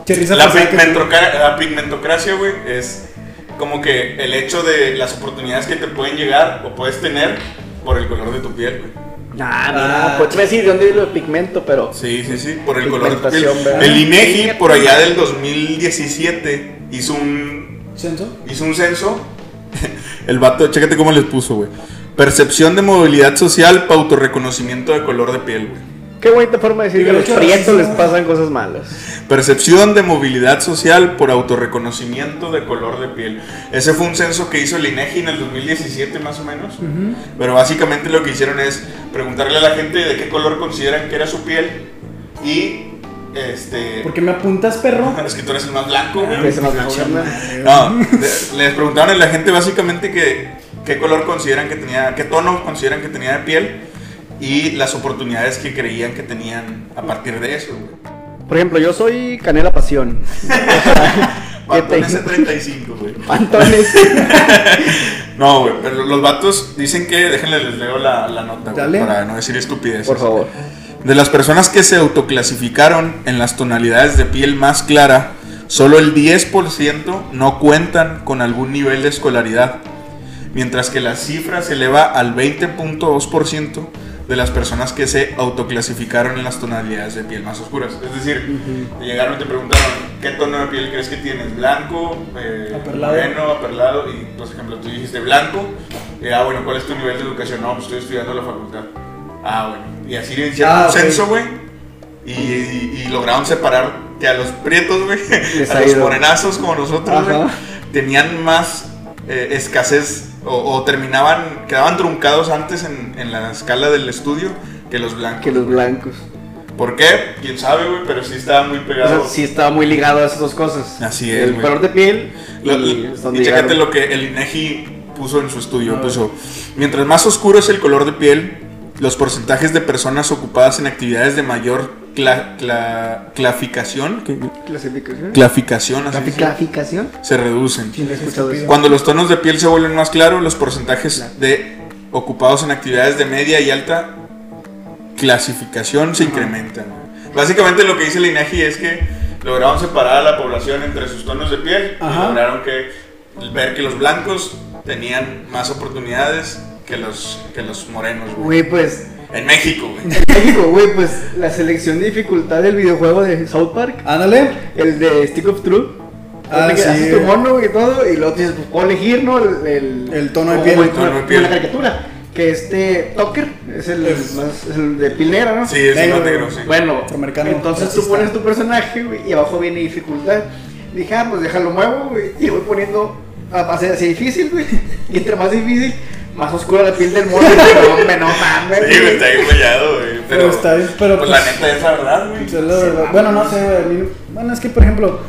Speaker 2: Qué risa
Speaker 4: La,
Speaker 2: pensar que-
Speaker 4: pigmentoca- la pigmentocracia, güey, es como que el hecho de las oportunidades que te pueden llegar o puedes tener por el color de tu piel, güey.
Speaker 5: Nah,
Speaker 2: Ah.
Speaker 5: nah, pues te voy a decir de dónde viene lo de pigmento, pero.
Speaker 4: Sí, sí, sí, por el color de
Speaker 5: Pigmentación,
Speaker 4: piel.
Speaker 5: ¿verdad?
Speaker 4: El INEGI, por allá del 2017, hizo un,
Speaker 2: ¿Censo?
Speaker 4: hizo un censo. (laughs) El vato, chécate cómo les puso, güey. Percepción de movilidad social, autorreconocimiento de color de piel, güey.
Speaker 5: Qué bonita forma de decir que a
Speaker 2: Digo,
Speaker 5: los
Speaker 2: yo-
Speaker 5: prietos les pasan cosas malas.
Speaker 4: Percepción de movilidad social por autorreconocimiento de color de piel. Ese fue un censo que hizo el INEGI en el 2017 más o menos. Pero básicamente lo que hicieron es preguntarle a la gente de qué color consideran que era su piel y este
Speaker 2: ¿Por qué Ah, pues, me apuntas,
Speaker 5: (laughs)
Speaker 2: perro?
Speaker 4: (laughs) es que tú eres el más blanco. güey.
Speaker 5: Que se nos gobierna.
Speaker 4: No, de- les preguntaron a la gente básicamente que, qué color consideran que tenía, qué tono consideran que tenía de piel y las oportunidades que creían que tenían a partir de eso. güey.
Speaker 5: Por ejemplo, yo soy Canela Pasión. ¿Qué te-
Speaker 4: Vatos 35, güey.
Speaker 5: Pantones. (laughs)
Speaker 4: No, güey, pero los vatos dicen que, déjenle, les leo la, la nota, güey,
Speaker 2: Dale.
Speaker 4: para no decir estupideces.
Speaker 5: Por favor.
Speaker 4: De las personas que se autoclasificaron en las tonalidades de piel más clara, solo el 10% no cuentan con algún nivel de escolaridad. mientras que la cifra se eleva al 20.2% de las personas que se autoclasificaron en las tonalidades de piel más oscuras. Es decir, llegaron y te preguntaron, ¿qué tono de piel crees que tienes? ¿Blanco? Eh,
Speaker 2: Aperlado.
Speaker 4: moreno, aperlado? Y, por ejemplo, tú dijiste blanco. Eh, ah, bueno, ¿cuál es tu nivel de educación? No, pues estoy estudiando en la facultad. Ah, bueno. Y así le hicieron
Speaker 2: Ah,
Speaker 4: un
Speaker 2: ok.
Speaker 4: censo, güey. Y, y- y lograron separar que a los prietos, güey, (laughs)
Speaker 5: Les
Speaker 4: a
Speaker 5: ha
Speaker 4: los
Speaker 5: ido.
Speaker 4: morenazos como nosotros, güey,
Speaker 5: Ajá.
Speaker 4: tenían más eh, escasez o, o terminaban, quedaban truncados antes en, en la escala del estudio que los blancos.
Speaker 5: que los blancos.
Speaker 4: ¿Por qué? ¿Quién sabe, güey? Pero sí estaba muy
Speaker 5: O sea,
Speaker 4: pegado.
Speaker 5: sí estaba muy ligado a esas dos cosas.
Speaker 4: Así es,
Speaker 5: El
Speaker 4: güey.
Speaker 5: color de piel y,
Speaker 4: Lo-
Speaker 5: y
Speaker 4: y
Speaker 5: es donde
Speaker 4: chécate
Speaker 5: llegaron. Ah.
Speaker 4: lo que el INEGI puso en su estudio. Puso, mientras más oscuro es el color de piel, los porcentajes de personas ocupadas en actividades de mayor cla- cla- claficación, ¿qué?
Speaker 5: ¿Clasificación?
Speaker 4: claficación, así se-
Speaker 5: ¿Clasificación?
Speaker 4: se reducen.
Speaker 5: Sí, lo he escuchado eso.
Speaker 4: Cuando los tonos de piel se vuelven más claros, los porcentajes de ocupados en actividades de media y alta clasificación se incrementan. Básicamente lo que dice el INAGI E es que lograron separar a la población entre sus tonos de piel y
Speaker 2: Ajá.
Speaker 4: lograron que ver que los blancos tenían más oportunidades que los que los morenos güey.
Speaker 5: Güey, pues.
Speaker 4: en México, güey.
Speaker 5: México, güey, pues la selección de dificultad del videojuego de South Park,
Speaker 2: Ándale.
Speaker 5: el de Stick of Truth.
Speaker 2: Ah,
Speaker 5: Así que
Speaker 2: sí,
Speaker 5: haces tu
Speaker 2: güey.
Speaker 5: mono y todo, y luego dices, pues puedo elegir, ¿no? El,
Speaker 2: El tono de
Speaker 5: como-
Speaker 2: piel.
Speaker 5: como
Speaker 2: El
Speaker 4: tono de
Speaker 5: como
Speaker 4: piel.
Speaker 5: la caricatura. Que este Tucker es el,
Speaker 2: Es-
Speaker 5: más, es el de piel negra, ¿no?
Speaker 4: Sí, es
Speaker 2: Negro,
Speaker 4: más negro, sí.
Speaker 5: Bueno,
Speaker 2: Afroamericano,
Speaker 5: entonces tú
Speaker 2: racista.
Speaker 5: pones tu personaje güey, y abajo viene dificultad. Dije, ah, pues déjalo muevo güey, y voy poniendo a base así difícil, güey. (laughs) Y entre más difícil, más oscura la piel del mono. Y dije, no, hombre, no mames.
Speaker 4: Sí, güey, está bien callado, güey. Pero,
Speaker 2: Pero está bien, pero
Speaker 4: pues, la
Speaker 2: pues-
Speaker 4: neta es la verdad, güey.
Speaker 2: Pues es la verdad. Bueno, no sé, güey, a mí- Bueno, es que por ejemplo.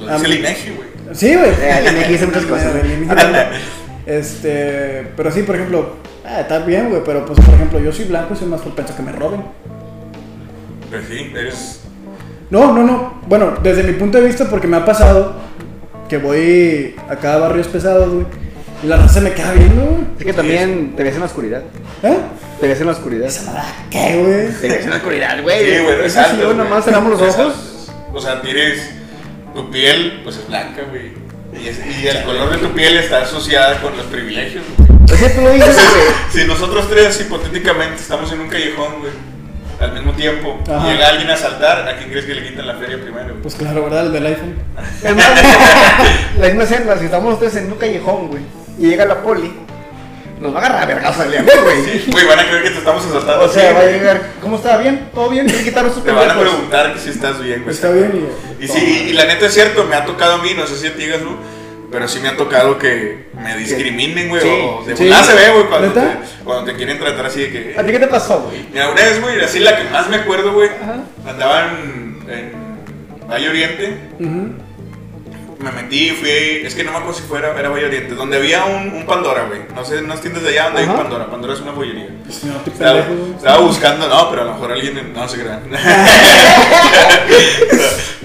Speaker 4: Lo dice el INEGI, E güey.
Speaker 2: Sí, güey.
Speaker 5: Eh, el INEGI dice muchas cosas, güey.
Speaker 2: (laughs) El INEGI también. Este. Pero sí, por ejemplo. Ah, está bien, güey. Pero pues, por ejemplo, yo soy blanco y soy más propenso a que me roben.
Speaker 4: Pues sí, eres
Speaker 2: No, no, no. Bueno, desde mi punto de vista, porque me ha pasado que voy a cada barrio pesado, güey. Y la raza me queda viendo, güey.
Speaker 5: Es que también te ves en la oscuridad.
Speaker 2: ¿Eh?
Speaker 5: Te ves en la oscuridad.
Speaker 2: ¿Qué, güey?
Speaker 5: Te ves en la oscuridad, güey.
Speaker 4: Sí, güey,
Speaker 5: Eso sí,
Speaker 4: resaltas,
Speaker 5: yo
Speaker 4: güey.
Speaker 5: nomás cerramos los ojos.
Speaker 4: Resaltas. O sea, tienes tu piel, pues es blanca, güey. Y, es- y el color de tu piel está asociada con los privilegios, güey.
Speaker 5: O sea, tú lo
Speaker 4: (laughs)
Speaker 5: dices, güey.
Speaker 4: Si nosotros tres hipotéticamente estamos en un callejón, güey, al mismo tiempo,
Speaker 2: Ajá.
Speaker 4: llega alguien a saltar, ¿a quién crees que le quitan la feria primero? güey?
Speaker 2: Pues claro, ¿verdad? El del iPhone.
Speaker 5: Es más,
Speaker 4: (laughs)
Speaker 5: la misma escena, si estamos los tres en un callejón, güey, y llega la poli, nos va a agarrar a vergazo al día, güey.
Speaker 4: Sí, güey, van a creer que te estamos asaltando.
Speaker 5: O sea,
Speaker 4: sí,
Speaker 5: va a
Speaker 4: güey.
Speaker 5: llegar, ¿cómo está? ¿Bien? ¿Todo bien? ¿Quién quitaron sus
Speaker 4: Te van a
Speaker 5: pendejos?
Speaker 4: preguntar que si estás bien, güey.
Speaker 2: Está bien, y-
Speaker 4: Y sí, y la neta es cierto, me ha tocado a mí, no sé si a ti, Gasú, pero sí me ha tocado que me discriminen, güey.
Speaker 5: Sí,
Speaker 4: o de
Speaker 2: sí.
Speaker 4: volada se ve, güey, cuando te,
Speaker 2: ¿Neta?
Speaker 4: cuando te quieren tratar así de que.
Speaker 5: ¿A ti qué te pasó, güey?
Speaker 4: Mira, una vez, güey, así la que más me acuerdo, güey. Andaban en Valle Oriente.
Speaker 2: Ujú.
Speaker 4: Me metí, fui ahí. Es que no me acuerdo si fuera era Valle Oriente. Donde había un, un Pandora, güey. No sé, unas tiendas de allá donde hay
Speaker 5: Ajá.
Speaker 4: un Pandora. Pandora es una bollería.
Speaker 2: Pues no, te
Speaker 4: Estaba,
Speaker 2: pendejo, güey.
Speaker 4: estaba buscando, no, pero a lo mejor alguien en- no se
Speaker 2: (laughs)
Speaker 4: crean. (laughs)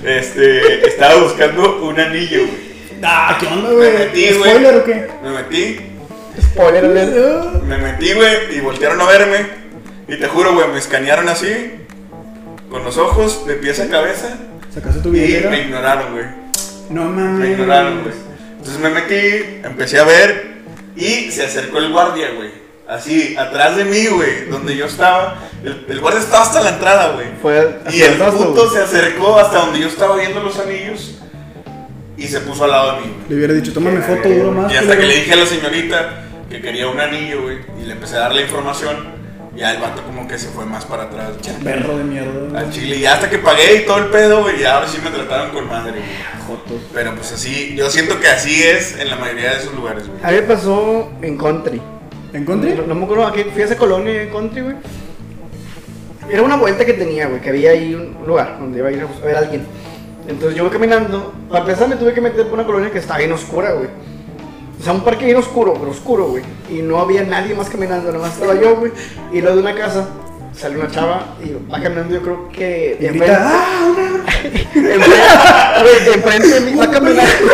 Speaker 4: este, estaba buscando un anillo, güey.
Speaker 2: Ah, ¿qué onda,
Speaker 4: Me
Speaker 2: güey?
Speaker 4: metí, güey.
Speaker 2: ¿Spoiler o qué?
Speaker 4: Me metí,
Speaker 5: Spoiler alert.
Speaker 2: Ah,
Speaker 4: me metí, güey, y voltearon a verme. Y te juro, güey, me escanearon así, con los ojos, de pies a cabeza,
Speaker 2: ¿Sacaste tu
Speaker 4: y me
Speaker 2: billetera?
Speaker 4: ignoraron, güey.
Speaker 2: No
Speaker 4: Me
Speaker 2: mames.
Speaker 4: ignoraron, güey. Entonces me metí, empecé a ver y se acercó el guardia, güey. Así, atrás de mí, güey, donde yo estaba. El, el guardia estaba hasta la entrada, güey.
Speaker 5: Fue
Speaker 4: Y el
Speaker 5: aciertazo,
Speaker 4: puto
Speaker 5: güey.
Speaker 4: se acercó hasta donde yo estaba viendo los anillos y se puso al lado de mí, güey.
Speaker 2: Le hubiera dicho, toma mi foto, duro más.
Speaker 4: Y hasta
Speaker 2: culero.
Speaker 4: que le dije a la señorita que quería un anillo, güey, y le empecé a dar la información, ya el vato como que se fue más para atrás, güey.
Speaker 2: Perro de mierda.
Speaker 4: Al chile, y hasta que pagué y todo el pedo, güey, y ahora sí me trataron con madre, güey.
Speaker 2: Jotos.
Speaker 4: Pero pues así, yo siento que así es en la mayoría de esos lugares, güey.
Speaker 5: A mí me pasó en country.
Speaker 2: ¿Encontré?
Speaker 5: No, no me acuerdo a qué fui a esa colonia en country, güey. Era una vuelta que tenía, güey, que había ahí un lugar donde iba a ir a ver a alguien. Entonces yo voy caminando. Para empezar me tuve que meter por una colonia que estaba bien oscura, güey. O sea, un parque bien oscuro, pero oscuro, güey. Y no había nadie más caminando, nomás estaba yo, güey. Y luego de una casa sale una chava y va caminando, yo creo que...
Speaker 2: Y
Speaker 5: de
Speaker 2: grita, ¡ah! una-
Speaker 5: Enfrente- güey, enfrente de mí, va caminando.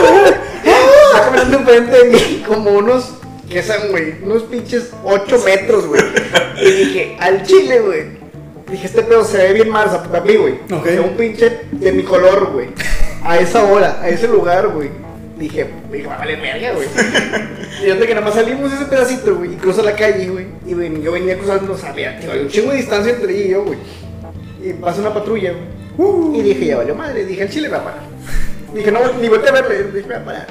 Speaker 5: Va caminando enfrente de mí, como unos, ¿qué son, güey? Unos pinches 8 metros, güey. Y dije, al chile, güey. Dije, este pedo se ve bien mal, a mí, güey.
Speaker 2: Ok.
Speaker 5: O sea, un pinche de mi color, güey. A esa hora, a ese lugar, güey. dije, dije, va a valer verga, güey. y yo de que nada más salimos ese pedacito, güey, y cruzo la calle, güey. Y ven- yo venía cruzando, o sea, había- digo, hay un chingo de distancia entre ella y yo, güey. Y pasa una patrulla, güey. Y dije, ya valió madre, dije, el chile me va a parar. Dije, no, ni volteé a verle, dije, me va a parar,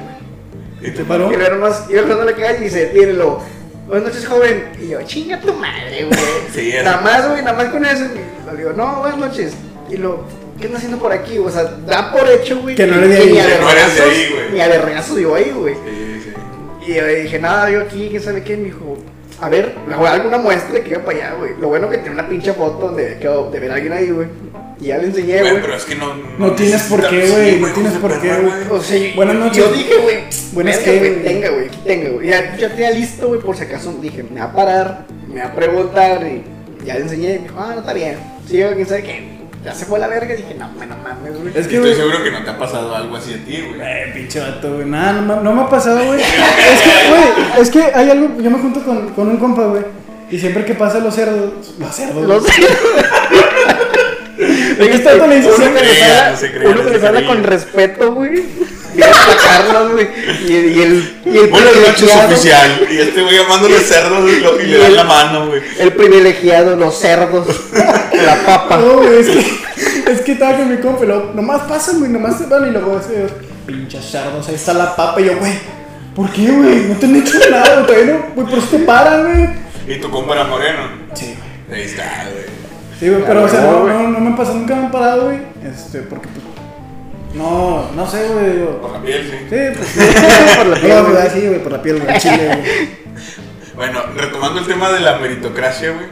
Speaker 5: güey.
Speaker 2: ¿Y te paró?
Speaker 5: Y luego nomás iba cruzando la calle y se detiene lo. Buenas noches, joven. Y yo, chinga tu madre, güey.
Speaker 4: (laughs) Sí, era.
Speaker 5: Nada más, güey, nada más con eso. Y le digo, no, buenas noches. Y lo, ¿qué anda haciendo por aquí? O sea, da por hecho, güey.
Speaker 2: Que no eres de ahí.
Speaker 5: Ni a
Speaker 4: Que no eres de ahí,
Speaker 5: vergazos-
Speaker 4: güey.
Speaker 5: Ni a vergazos yo ahí, güey.
Speaker 4: Sí, sí.
Speaker 5: Y yo le dije, nada, yo aquí, ¿quién sabe qué? Me dijo, a ver, le voy a dar una muestra de que iba para allá, güey. Lo bueno que tiene una pinche foto de, de ver a alguien ahí, güey. Y ya le enseñé,
Speaker 4: Güey,
Speaker 5: güey.
Speaker 4: pero es que no.
Speaker 2: No tienes por qué,
Speaker 4: Sí,
Speaker 2: güey, no tienes
Speaker 4: hijo de
Speaker 2: por qué,
Speaker 4: perra,
Speaker 2: güey.
Speaker 5: O sea, yo-
Speaker 2: Buenas noches.
Speaker 5: Yo dije, güey.
Speaker 2: Buenas
Speaker 5: verga,
Speaker 2: que-
Speaker 5: güey. Tenga, güey. Tenga, güey. Ya, ya tenía listo, güey, por si acaso. Dije, me va a parar, me va a preguntar. Y ya le enseñé. Y me dijo, ah, no está bien. Sí, yo, quién sabe qué. Ya se fue a la verga. Dije, no, bueno, mames, güey.
Speaker 2: Es que,
Speaker 4: Estoy
Speaker 2: güey.
Speaker 4: seguro que no te ha pasado algo así a ti, güey.
Speaker 2: Eh, pinche vato, güey. Nada, no, ma- no me ha pasado, güey. Es que, güey, es que hay algo. Yo me junto con, con un compa, güey. Y siempre que pasa los cerdos. Los cerdos.
Speaker 5: No sé.
Speaker 2: ¿De qué tanto este le dices
Speaker 5: Uno que
Speaker 2: siempre?
Speaker 5: les
Speaker 4: crean,
Speaker 5: habla-
Speaker 4: no se crean,
Speaker 5: uno que
Speaker 4: no
Speaker 5: les
Speaker 4: se
Speaker 5: habla
Speaker 4: crean.
Speaker 5: con respeto, güey. Y atacarlos, güey. Y, el- y el. Y el
Speaker 4: Buenas noches,
Speaker 5: privilegiado-
Speaker 4: oficial. Y este güey llamándole
Speaker 5: (laughs)
Speaker 4: cerdo y lo- y le dan la mano, güey.
Speaker 5: El privilegiado, los cerdos, la papa.
Speaker 2: No, güey, es que, es que estaba con mi compa, y luego, nomás pasan, güey, nomás se van y luego así, pinches cerdos, ahí está la papa, y yo, güey, ¿por qué, güey? No te han hecho nada, güey, todavía no, güey, por eso te paran, güey.
Speaker 4: Y tu compa era moreno.
Speaker 2: Sí, güey.
Speaker 4: Ahí está, güey.
Speaker 2: Sí, güey, pero, o sea,
Speaker 5: no,
Speaker 2: no,
Speaker 5: güey.
Speaker 2: no, no me han pasado, nunca me han parado, güey, este, porque, pues, no, no sé, güey, yo-
Speaker 4: Por la piel,
Speaker 2: sí, pues, sí,
Speaker 5: Por la piel,
Speaker 2: No,
Speaker 5: güey.
Speaker 2: güey, sí, güey, por la piel, güey, chile, güey.
Speaker 4: sí. Bueno, retomando el tema de la meritocracia, güey.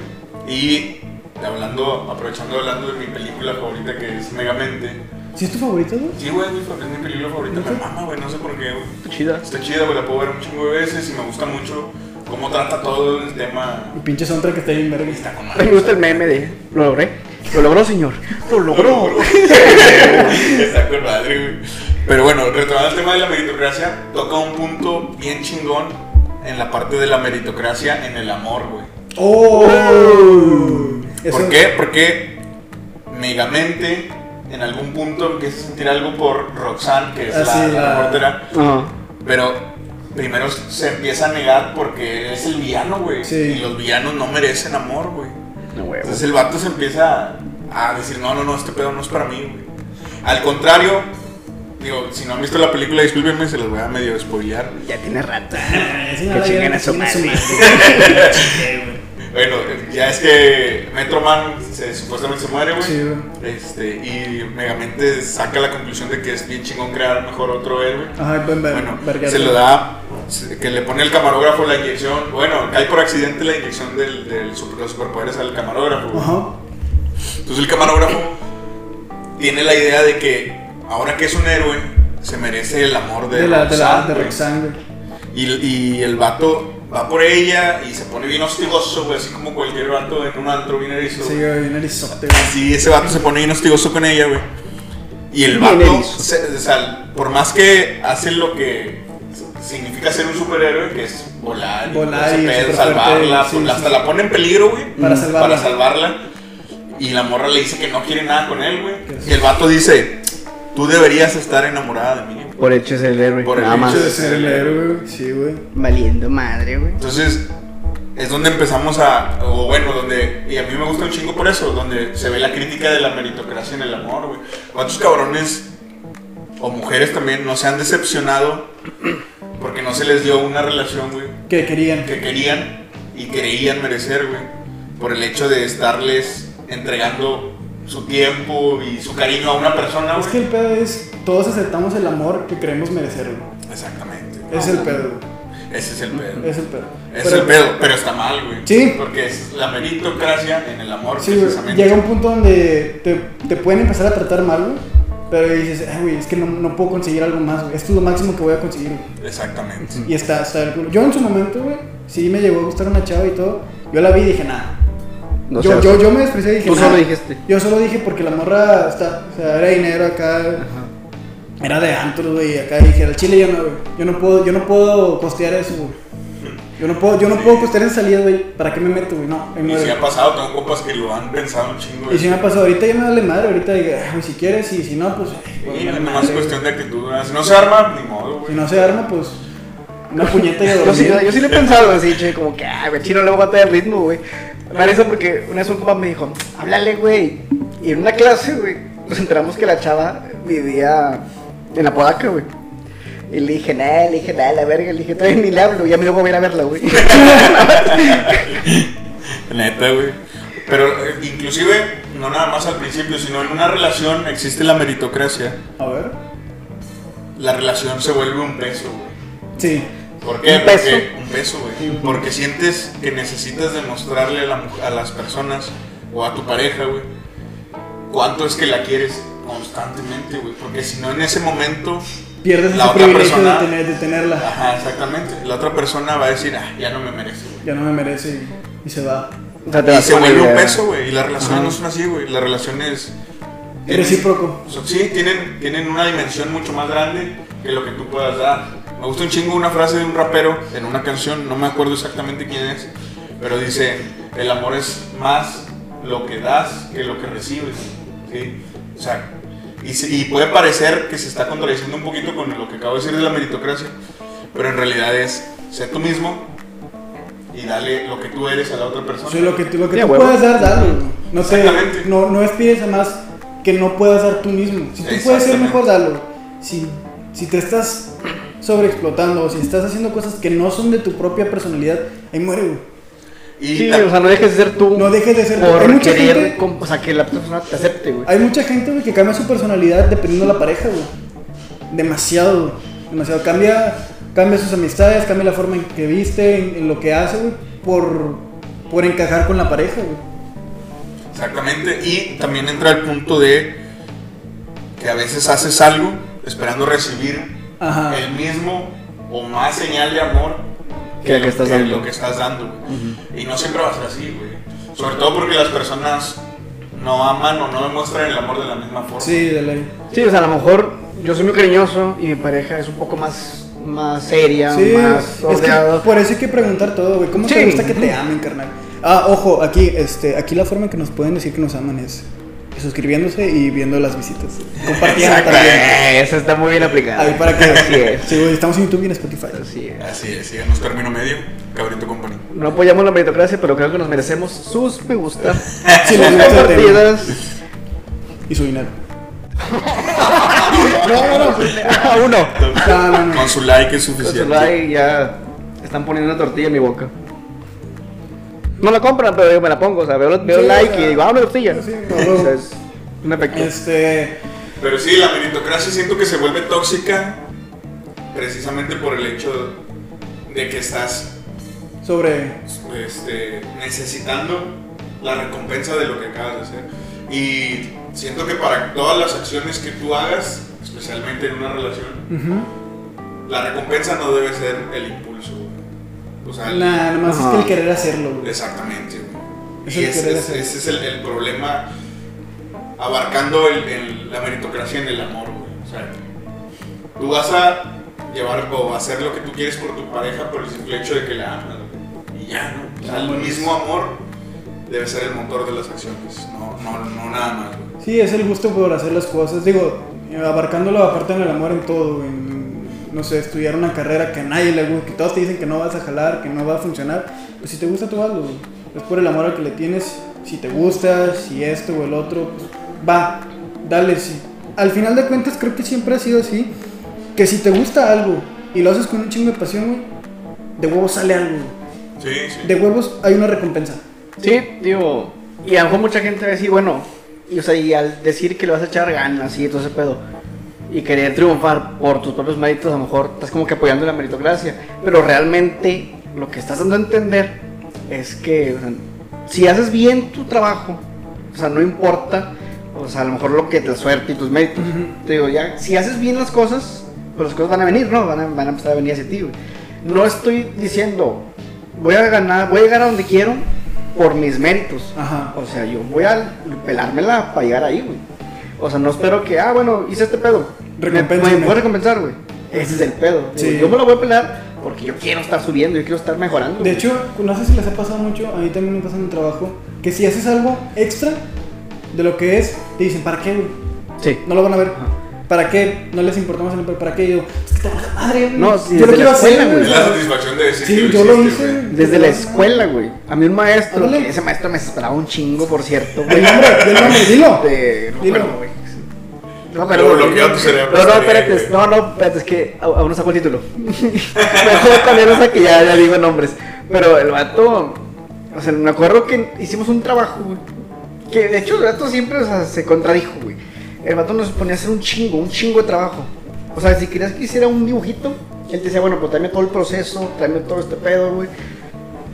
Speaker 4: Y hablando, aprovechando hablando de mi película favorita que es Megamente.
Speaker 2: ¿Sí es tu favorito, güey?
Speaker 4: Sí, güey, es mi fa- es mi película favorita. Me mama, güey, no sé por qué, güey.
Speaker 5: Chida.
Speaker 4: Está chida, güey, la puedo ver un chingo de veces y me gusta mucho cómo trata todo el tema.
Speaker 2: El pinche soundtrack que está bien verga.
Speaker 4: (laughs) Está con
Speaker 5: Me gusta el meme de lo logré. Lo logró, señor. Lo logró.
Speaker 4: (laughs)
Speaker 2: (laughs)
Speaker 4: Está con madre, güey. Pero bueno, retomando el tema de la meritocracia, toca un punto bien chingón en la parte de la meritocracia en el amor, güey.
Speaker 2: ¡Oh!
Speaker 4: ¿Por qué? Porque Megamente en algún punto empieza a sentir algo por Roxanne, que es
Speaker 2: Ah,
Speaker 4: la,
Speaker 2: sí,
Speaker 4: la
Speaker 2: la-
Speaker 4: reportera,
Speaker 5: Ajá.
Speaker 4: pero primero se empieza a negar porque es el villano, güey.
Speaker 2: Sí.
Speaker 4: Y los villanos no merecen amor, güey.
Speaker 5: No, huevo.
Speaker 4: Entonces el vato se empieza a decir, no, no, no, este pedo no es para mí, güey. Al contrario, digo, si no han visto la película, discúlpenme, se los voy a medio spoilear.
Speaker 5: Ya tiene rata.
Speaker 2: Que
Speaker 5: chinguen a su madre.
Speaker 4: Bueno, eh, ya es que Metro Man se- supuestamente se muere, güey.
Speaker 2: Sí,
Speaker 4: Este, y Megamente saca la conclusión de que es bien chingón crear mejor otro héroe.
Speaker 2: Ajá, buen ver,
Speaker 4: Bueno,
Speaker 2: verga.
Speaker 4: se lo da, se- que le pone el camarógrafo la inyección. Bueno, cae por accidente la inyección del, del super- los superpoderes al camarógrafo. güey.
Speaker 2: Ajá.
Speaker 4: Entonces el camarógrafo tiene la idea de que ahora que es un héroe, se merece el amor de,
Speaker 2: De la, de la, de
Speaker 4: güey.
Speaker 2: Roxanne, güey.
Speaker 4: Y, y el vato va por ella y se pone bien hostigoso, güey, así como cualquier vato en un antro bien erizo.
Speaker 2: Sí,
Speaker 4: güey.
Speaker 2: güey, bien erizote, güey.
Speaker 4: Sí, ese vato se pone bien hostigoso con ella, güey. Y el
Speaker 5: Bien
Speaker 4: vato,
Speaker 5: erizo.
Speaker 4: se- o sea, por más que hace lo que significa ser un superhéroe, que es volar, y
Speaker 2: Volar
Speaker 4: todo ese
Speaker 2: y
Speaker 4: pedo,
Speaker 2: superfuerte,
Speaker 4: salvarla,
Speaker 2: sí,
Speaker 4: pues,
Speaker 2: sí,
Speaker 4: hasta
Speaker 2: sí.
Speaker 4: la pone en peligro, güey,
Speaker 2: Para salvarla.
Speaker 4: para salvarla. Y la morra le dice que no quiere nada con él, güey.
Speaker 2: Sí.
Speaker 4: Y el vato dice, tú deberías estar enamorada de mí. güey".
Speaker 5: Por hecho es el héroe.
Speaker 4: Por el
Speaker 5: nada
Speaker 4: hecho
Speaker 5: más.
Speaker 2: Hecho de ser el héroe, güey. Sí, güey.
Speaker 5: Valiendo madre, güey.
Speaker 4: Entonces, es donde empezamos a, o bueno, donde, y a mí me gusta un chingo por eso, donde se ve la crítica de la meritocracia en el amor, güey. ¿Cuántos cabrones o mujeres también no se han decepcionado porque no se les dio una relación, güey,
Speaker 2: Que querían.
Speaker 4: que querían y creían merecer, güey, por el hecho de estarles entregando su tiempo y su cariño a una persona,
Speaker 2: Es que
Speaker 4: güey?
Speaker 2: el pedo es, todos aceptamos el amor que creemos merecer, güey.
Speaker 4: Exactamente.
Speaker 2: Es el pedo, güey.
Speaker 4: Ese es el pedo.
Speaker 2: Es el pedo.
Speaker 4: Es
Speaker 2: Pero-
Speaker 4: el pedo, pero está mal, güey.
Speaker 2: Sí.
Speaker 4: Porque es la meritocracia en el amor,
Speaker 2: Sí, güey.
Speaker 4: precisamente.
Speaker 2: Llega un punto donde te, te pueden empezar a tratar mal, güey. Pero dices, ay, güey, es que no, no puedo conseguir algo más, güey. Esto es lo máximo que voy a conseguir, güey.
Speaker 4: Exactamente.
Speaker 2: Y está, está el culo. Yo en su momento, güey, sí me llegó a gustar una chava y todo. Yo la vi y dije, nada.
Speaker 5: No
Speaker 2: yo,
Speaker 5: seas-
Speaker 2: yo, yo me desprecié y dije.
Speaker 5: Tú
Speaker 2: "Nah".
Speaker 5: solo dijiste.
Speaker 2: Yo solo dije porque la morra está, o sea, era dinero acá. Era de antro, güey. y Acá dije, al chile yo no, güey. Yo no puedo, yo no puedo costear eso, güey. Yo no puedo, yo no puedo costear esa salida, güey. ¿Para qué me meto, güey? No, ahí
Speaker 4: Y
Speaker 2: muere.
Speaker 4: si ha pasado, tengo compas que lo han pensado un chingo.
Speaker 2: Y si me ha pasado, ahorita ya me vale madre, ahorita digo, "Ay, güey, si quieres, y si no, pues. ay,
Speaker 4: Y
Speaker 2: pues, vale
Speaker 4: nomás
Speaker 2: madre,
Speaker 4: cuestión de actitud. Si no se arma, ni modo, güey.
Speaker 2: Si no se arma, pues una
Speaker 5: (laughs)
Speaker 2: puñeta y a
Speaker 5: Yo sí,
Speaker 2: dormir.
Speaker 5: yo sí le he pensado así, che, como que, ah, güey, chino, le voy a matar el ritmo, güey. Me da risa porque una vez un compa me dijo, háblale, güey. Y en una clase, güey, nos enteramos que la chava vivía en Apodaca, güey. Y le dije, nah, le dije, nah, la verga, le dije, todavía ni le hablo, ya me dio a ir a verla, güey.
Speaker 4: Neta, güey. Pero eh, inclusive, no nada más al principio, sino en una relación existe la meritocracia.
Speaker 2: A ver.
Speaker 4: La relación se vuelve un peso, güey.
Speaker 2: Sí.
Speaker 4: ¿Por qué?
Speaker 5: Un peso.
Speaker 4: Porque, un peso, güey. Porque sientes que necesitas demostrarle a, la mu- a las personas o a tu pareja, güey, cuánto es que la quieres constantemente, güey. Porque si no, en ese momento,
Speaker 2: Pierdes
Speaker 4: La
Speaker 2: ese
Speaker 4: otra
Speaker 2: privilegio
Speaker 4: persona-
Speaker 2: de, tener- de tenerla.
Speaker 4: ajá, exactamente, la otra persona va a decir, ah, ya no me merece, güey.
Speaker 2: Ya no me merece y, y se va.
Speaker 5: O sea, te
Speaker 4: Y
Speaker 5: vas
Speaker 4: se
Speaker 5: con
Speaker 4: vuelve
Speaker 5: ella.
Speaker 4: un peso, güey. Y las relaciones
Speaker 2: Ajá.
Speaker 4: no son así, güey. Las relaciones.
Speaker 2: Es
Speaker 4: tienen-
Speaker 2: recíproco.
Speaker 4: o sea, sí, tienen, tienen una dimensión mucho más grande que lo que tú puedas dar. Me gusta un chingo una frase de un rapero en una canción, no me acuerdo exactamente quién es, pero dice: El amor es más lo que das que lo que recibes. ¿Sí? O sea, y, se- y puede parecer que se está contradiciendo un poquito con lo que acabo de decir de la meritocracia, pero en realidad es: sé tú mismo y dale lo que tú eres a la otra persona.
Speaker 2: O sea, lo que, tú- lo que
Speaker 5: Sí,
Speaker 2: tú
Speaker 5: a huevo.
Speaker 2: puedas dar, dalo. güey. No te,
Speaker 4: Exactamente.
Speaker 2: no, no aspires a más que no puedas dar tú mismo. Si tú puedes ser
Speaker 4: Exactamente.
Speaker 2: mejor, dalo. Si, si te estás sobreexplotando o si estás haciendo cosas que no son de tu propia personalidad, ahí muere, güey.
Speaker 4: Y
Speaker 5: Sí,
Speaker 4: ta-
Speaker 5: o sea, no dejes de ser tú.
Speaker 2: No dejes de ser tú. Hay
Speaker 5: Por
Speaker 2: mucha
Speaker 5: querer,
Speaker 2: gente-
Speaker 5: com- o sea, que la persona te acepte, güey.
Speaker 2: Hay mucha gente, güey, que cambia su personalidad dependiendo de la pareja, güey. Demasiado, güey. Demasiado. Cambia, cambia sus amistades, cambia la forma en que viste, en, en lo que hace, güey, por, por encajar con la pareja, güey.
Speaker 4: Exactamente, y también entra el punto de que a veces haces algo esperando recibir
Speaker 5: Ah.
Speaker 2: Ajá.
Speaker 4: el mismo o más señal de amor
Speaker 5: Que lo que estás dando.
Speaker 4: lo que estás dando, güey. Y no siempre va a ser así, güey. Sobre todo porque las personas no aman o no demuestran el amor de la misma forma.
Speaker 2: Sí, de ley.
Speaker 5: Sí, o sea, a lo mejor yo soy muy cariñoso y mi pareja es un poco más, más seria,
Speaker 2: Sí,
Speaker 5: más
Speaker 2: es que
Speaker 5: ordeada.
Speaker 2: por eso hay que preguntar todo, güey. ¿Cómo
Speaker 5: Sí.
Speaker 2: te gusta que te amen, carnal? Ah, ojo, aquí, este, aquí la forma en que nos pueden decir que nos aman es suscribiéndose y viendo las visitas. Compartiendo
Speaker 5: Exacto,
Speaker 2: también.
Speaker 5: eh, Esa está muy bien aplicada.
Speaker 2: Ahí para que.
Speaker 5: Así es.
Speaker 2: Sí, güey, estamos en YouTube y
Speaker 5: (laughs)
Speaker 2: en Spotify.
Speaker 5: Así es.
Speaker 4: Así es, síganos término medio, cabrito company.
Speaker 5: No apoyamos la meritocracia, pero creo que nos merecemos sus me gusta,
Speaker 2: Sí,
Speaker 5: (laughs) sus
Speaker 2: les gusta el tema.
Speaker 5: compartidas.
Speaker 2: Y su dinero.
Speaker 5: No, no, no. (laughs) A uno.
Speaker 2: No, no, no.
Speaker 4: Con su like es
Speaker 5: Ah, Con su
Speaker 4: suficiente.
Speaker 5: like ya están poniendo una tortilla en mi boca. No la compran, pero yo me la pongo. O sea, veo, veo
Speaker 2: Sí,
Speaker 5: like
Speaker 2: o sea,
Speaker 5: y digo, ah, una tortilla.
Speaker 2: sí,
Speaker 5: O
Speaker 2: no, no.
Speaker 5: sea, es un efecto.
Speaker 2: Este.
Speaker 4: Pero sí, la meritocracia siento que se vuelve tóxica precisamente por el hecho de que estás
Speaker 2: Sobre.
Speaker 4: este, necesitando la recompensa de lo que acabas de hacer. Y siento que para todas las acciones que tú hagas, especialmente en una relación, la recompensa no debe ser el impulso. güey. O sea, el-
Speaker 2: Nah, nomás
Speaker 5: Ajá.
Speaker 2: es que el querer hacerlo, güey.
Speaker 4: exactamente. güey.
Speaker 2: Es
Speaker 4: y
Speaker 2: el
Speaker 4: ese,
Speaker 2: querer
Speaker 4: es-
Speaker 2: hacer.
Speaker 4: ese es el, el problema abarcando el- el- la meritocracia en el amor. güey. O sea, tú vas a llevar o hacer lo que tú quieres por tu pareja por el simple hecho de que la amas. güey. Y ya, ¿no? O sea, el mismo amor debe ser el motor de las acciones, no, no, no nada más. güey.
Speaker 2: Sí, es el gusto por hacer las cosas. Digo, abarcándolo aparte en el amor en todo, en, no sé, estudiar una carrera que a nadie le gusta, que todos te dicen que no vas a jalar, que no va a funcionar. Pues si te gusta, tú hazlo. güey. Es por el amor al que le tienes. Si te gusta, si esto o el otro, pues va, dale, sí. Al final de cuentas, creo que siempre ha sido así: que si te gusta algo y lo haces con un chingo de pasión, güey, de huevos sale algo. güey.
Speaker 4: Sí, sí.
Speaker 2: De huevos hay una recompensa.
Speaker 5: Sí, digo, y a lo mejor mucha gente va a decir, bueno, y, o sea, y al decir que le vas a echar ganas y todo ese pedo, y querer triunfar por tus propios méritos, a lo mejor estás como que apoyando la meritocracia, pero realmente lo que estás dando a entender es que o sea, si haces bien tu trabajo, o sea, no importa, o sea, a lo mejor lo que te suerte y tus méritos, te digo, ya, si haces bien las cosas, pues las cosas van a venir, ¿no? Van a, van a empezar a venir hacia ti, güey. No estoy diciendo, voy a ganar, voy a llegar a donde quiero por mis méritos.
Speaker 2: Ajá.
Speaker 5: O sea, yo voy a pelármela para llegar ahí, güey. O sea, no espero que, ah, bueno, hice este pedo. Me, me
Speaker 2: Recompénsame.
Speaker 5: puedo recompensar, güey. Ese es el pedo.
Speaker 2: Sí.
Speaker 5: Yo me lo voy a pelar porque yo quiero estar subiendo, yo quiero estar mejorando.
Speaker 2: De
Speaker 5: güey.
Speaker 2: hecho, no sé si les ha pasado mucho, a mí también me pasa en el trabajo, que si haces algo extra de lo que es, te dicen, ¿para qué? güey?
Speaker 5: sí.
Speaker 2: No lo van a ver. ¿Para qué? No les importamos en el ¿para qué? Y yo, es que puta madre, güey.
Speaker 5: No, sí,
Speaker 2: yo lo
Speaker 5: desde
Speaker 2: quiero
Speaker 5: la escuela,
Speaker 2: hacer,
Speaker 4: Es
Speaker 2: güey.
Speaker 4: la satisfacción de decir que
Speaker 2: Sí, yo lo
Speaker 4: hiciste,
Speaker 2: hice.
Speaker 4: güey.
Speaker 5: Desde la escuela, güey. A mí un maestro,
Speaker 2: Ándale.
Speaker 5: que ese maestro me esperaba un chingo, por cierto, güey.
Speaker 2: El nombre, el nombre,
Speaker 5: (laughs)
Speaker 2: dilo.
Speaker 5: Este, no me
Speaker 2: Dilo.
Speaker 5: acuerdo, güey. No, me
Speaker 4: Lo
Speaker 5: acuerdo,
Speaker 4: bloqueó
Speaker 5: güey.
Speaker 4: tu cerebro,
Speaker 5: No, no,
Speaker 4: está bien,
Speaker 5: espérate,
Speaker 4: güey.
Speaker 5: no, no, espérate, es que a- aún no saco el título. Mejor también, o sea, que ya, ya digo nombres. Pero el vato, o sea, me acuerdo que hicimos un trabajo, güey. Que de hecho el vato siempre o sea, se contradijo, güey. El vato nos ponía a hacer un chingo, un chingo de trabajo. O sea, si querías que hiciera un dibujito, él te decía, bueno, pues tráeme todo el proceso, tráeme todo este pedo, güey.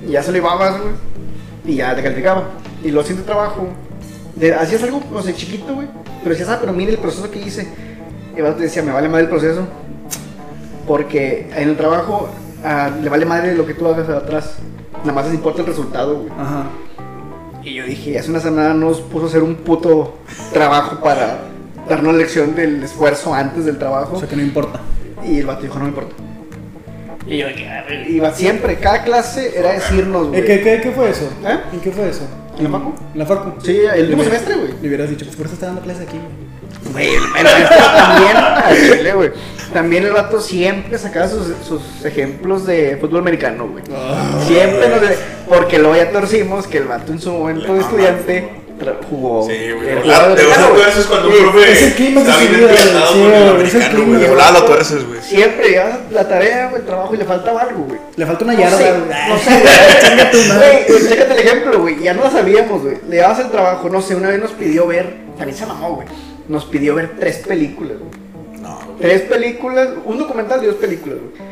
Speaker 5: Y ya se lo llevabas, güey. Y ya te calificaba. Y lo hacías tu trabajo. De- hacías algo, no sé, chiquito, güey. Pero decías, ah, pero mira el proceso que hice. Y el vato decía, me vale madre el proceso. Porque en el trabajo ah, le vale madre lo que tú hagas atrás. Nada más les importa el resultado, güey.
Speaker 2: Ajá.
Speaker 5: Y yo dije, hace una semana nos puso a hacer un puto trabajo para darnos lección del esfuerzo antes del trabajo.
Speaker 2: O sea que no importa.
Speaker 5: Y el vato dijo, no me importa. Y yo, "Ah, dije, "A ver", iba siempre, cada clase era decirnos, güey.
Speaker 2: ¿Eh, ¿Qué, qué, qué fue eso?
Speaker 5: ¿Eh?
Speaker 2: ¿En qué fue eso?
Speaker 5: ¿En la facu?
Speaker 2: ¿En la facu?
Speaker 5: Sí, el último
Speaker 2: Le-
Speaker 5: semestre, güey.
Speaker 2: Le hubieras dicho, pues por eso está dando clases aquí, güey.
Speaker 5: Güey, el maestro también, al chile, güey. También el vato siempre sacaba sus, sus ejemplos de fútbol americano, güey. siempre nos de- Porque luego ya torcimos que el vato en su momento de estudiante tra- jugó.
Speaker 4: Sí, güey.
Speaker 5: era
Speaker 4: volada-
Speaker 5: jugador
Speaker 4: De
Speaker 5: americano,
Speaker 4: verdad,
Speaker 5: güey.
Speaker 4: tú haces cuando un
Speaker 5: Sí,
Speaker 4: profe
Speaker 2: es el clima
Speaker 4: está
Speaker 2: de su
Speaker 4: bien
Speaker 2: vida,
Speaker 4: encantado
Speaker 2: sí,
Speaker 4: con el
Speaker 2: es el
Speaker 4: americano,
Speaker 2: clima.
Speaker 4: güey. De volada lo tuerces, güey.
Speaker 5: Siempre llevas la tarea, güey, el trabajo y le faltaba algo, güey.
Speaker 2: Le falta una
Speaker 5: No
Speaker 2: yarda,
Speaker 5: sé,
Speaker 2: güey.
Speaker 5: no
Speaker 2: (laughs)
Speaker 5: sé, (laughs) güey. Chinga tu madre. Güey, pues, Chécate el ejemplo, güey. Ya no la sabíamos, güey. Le dabas el trabajo, no sé, una vez nos pidió ver, también se mamó, güey. Nos pidió ver tres películas, güey.
Speaker 4: No.
Speaker 5: Tres películas, un documental y dos películas, güey.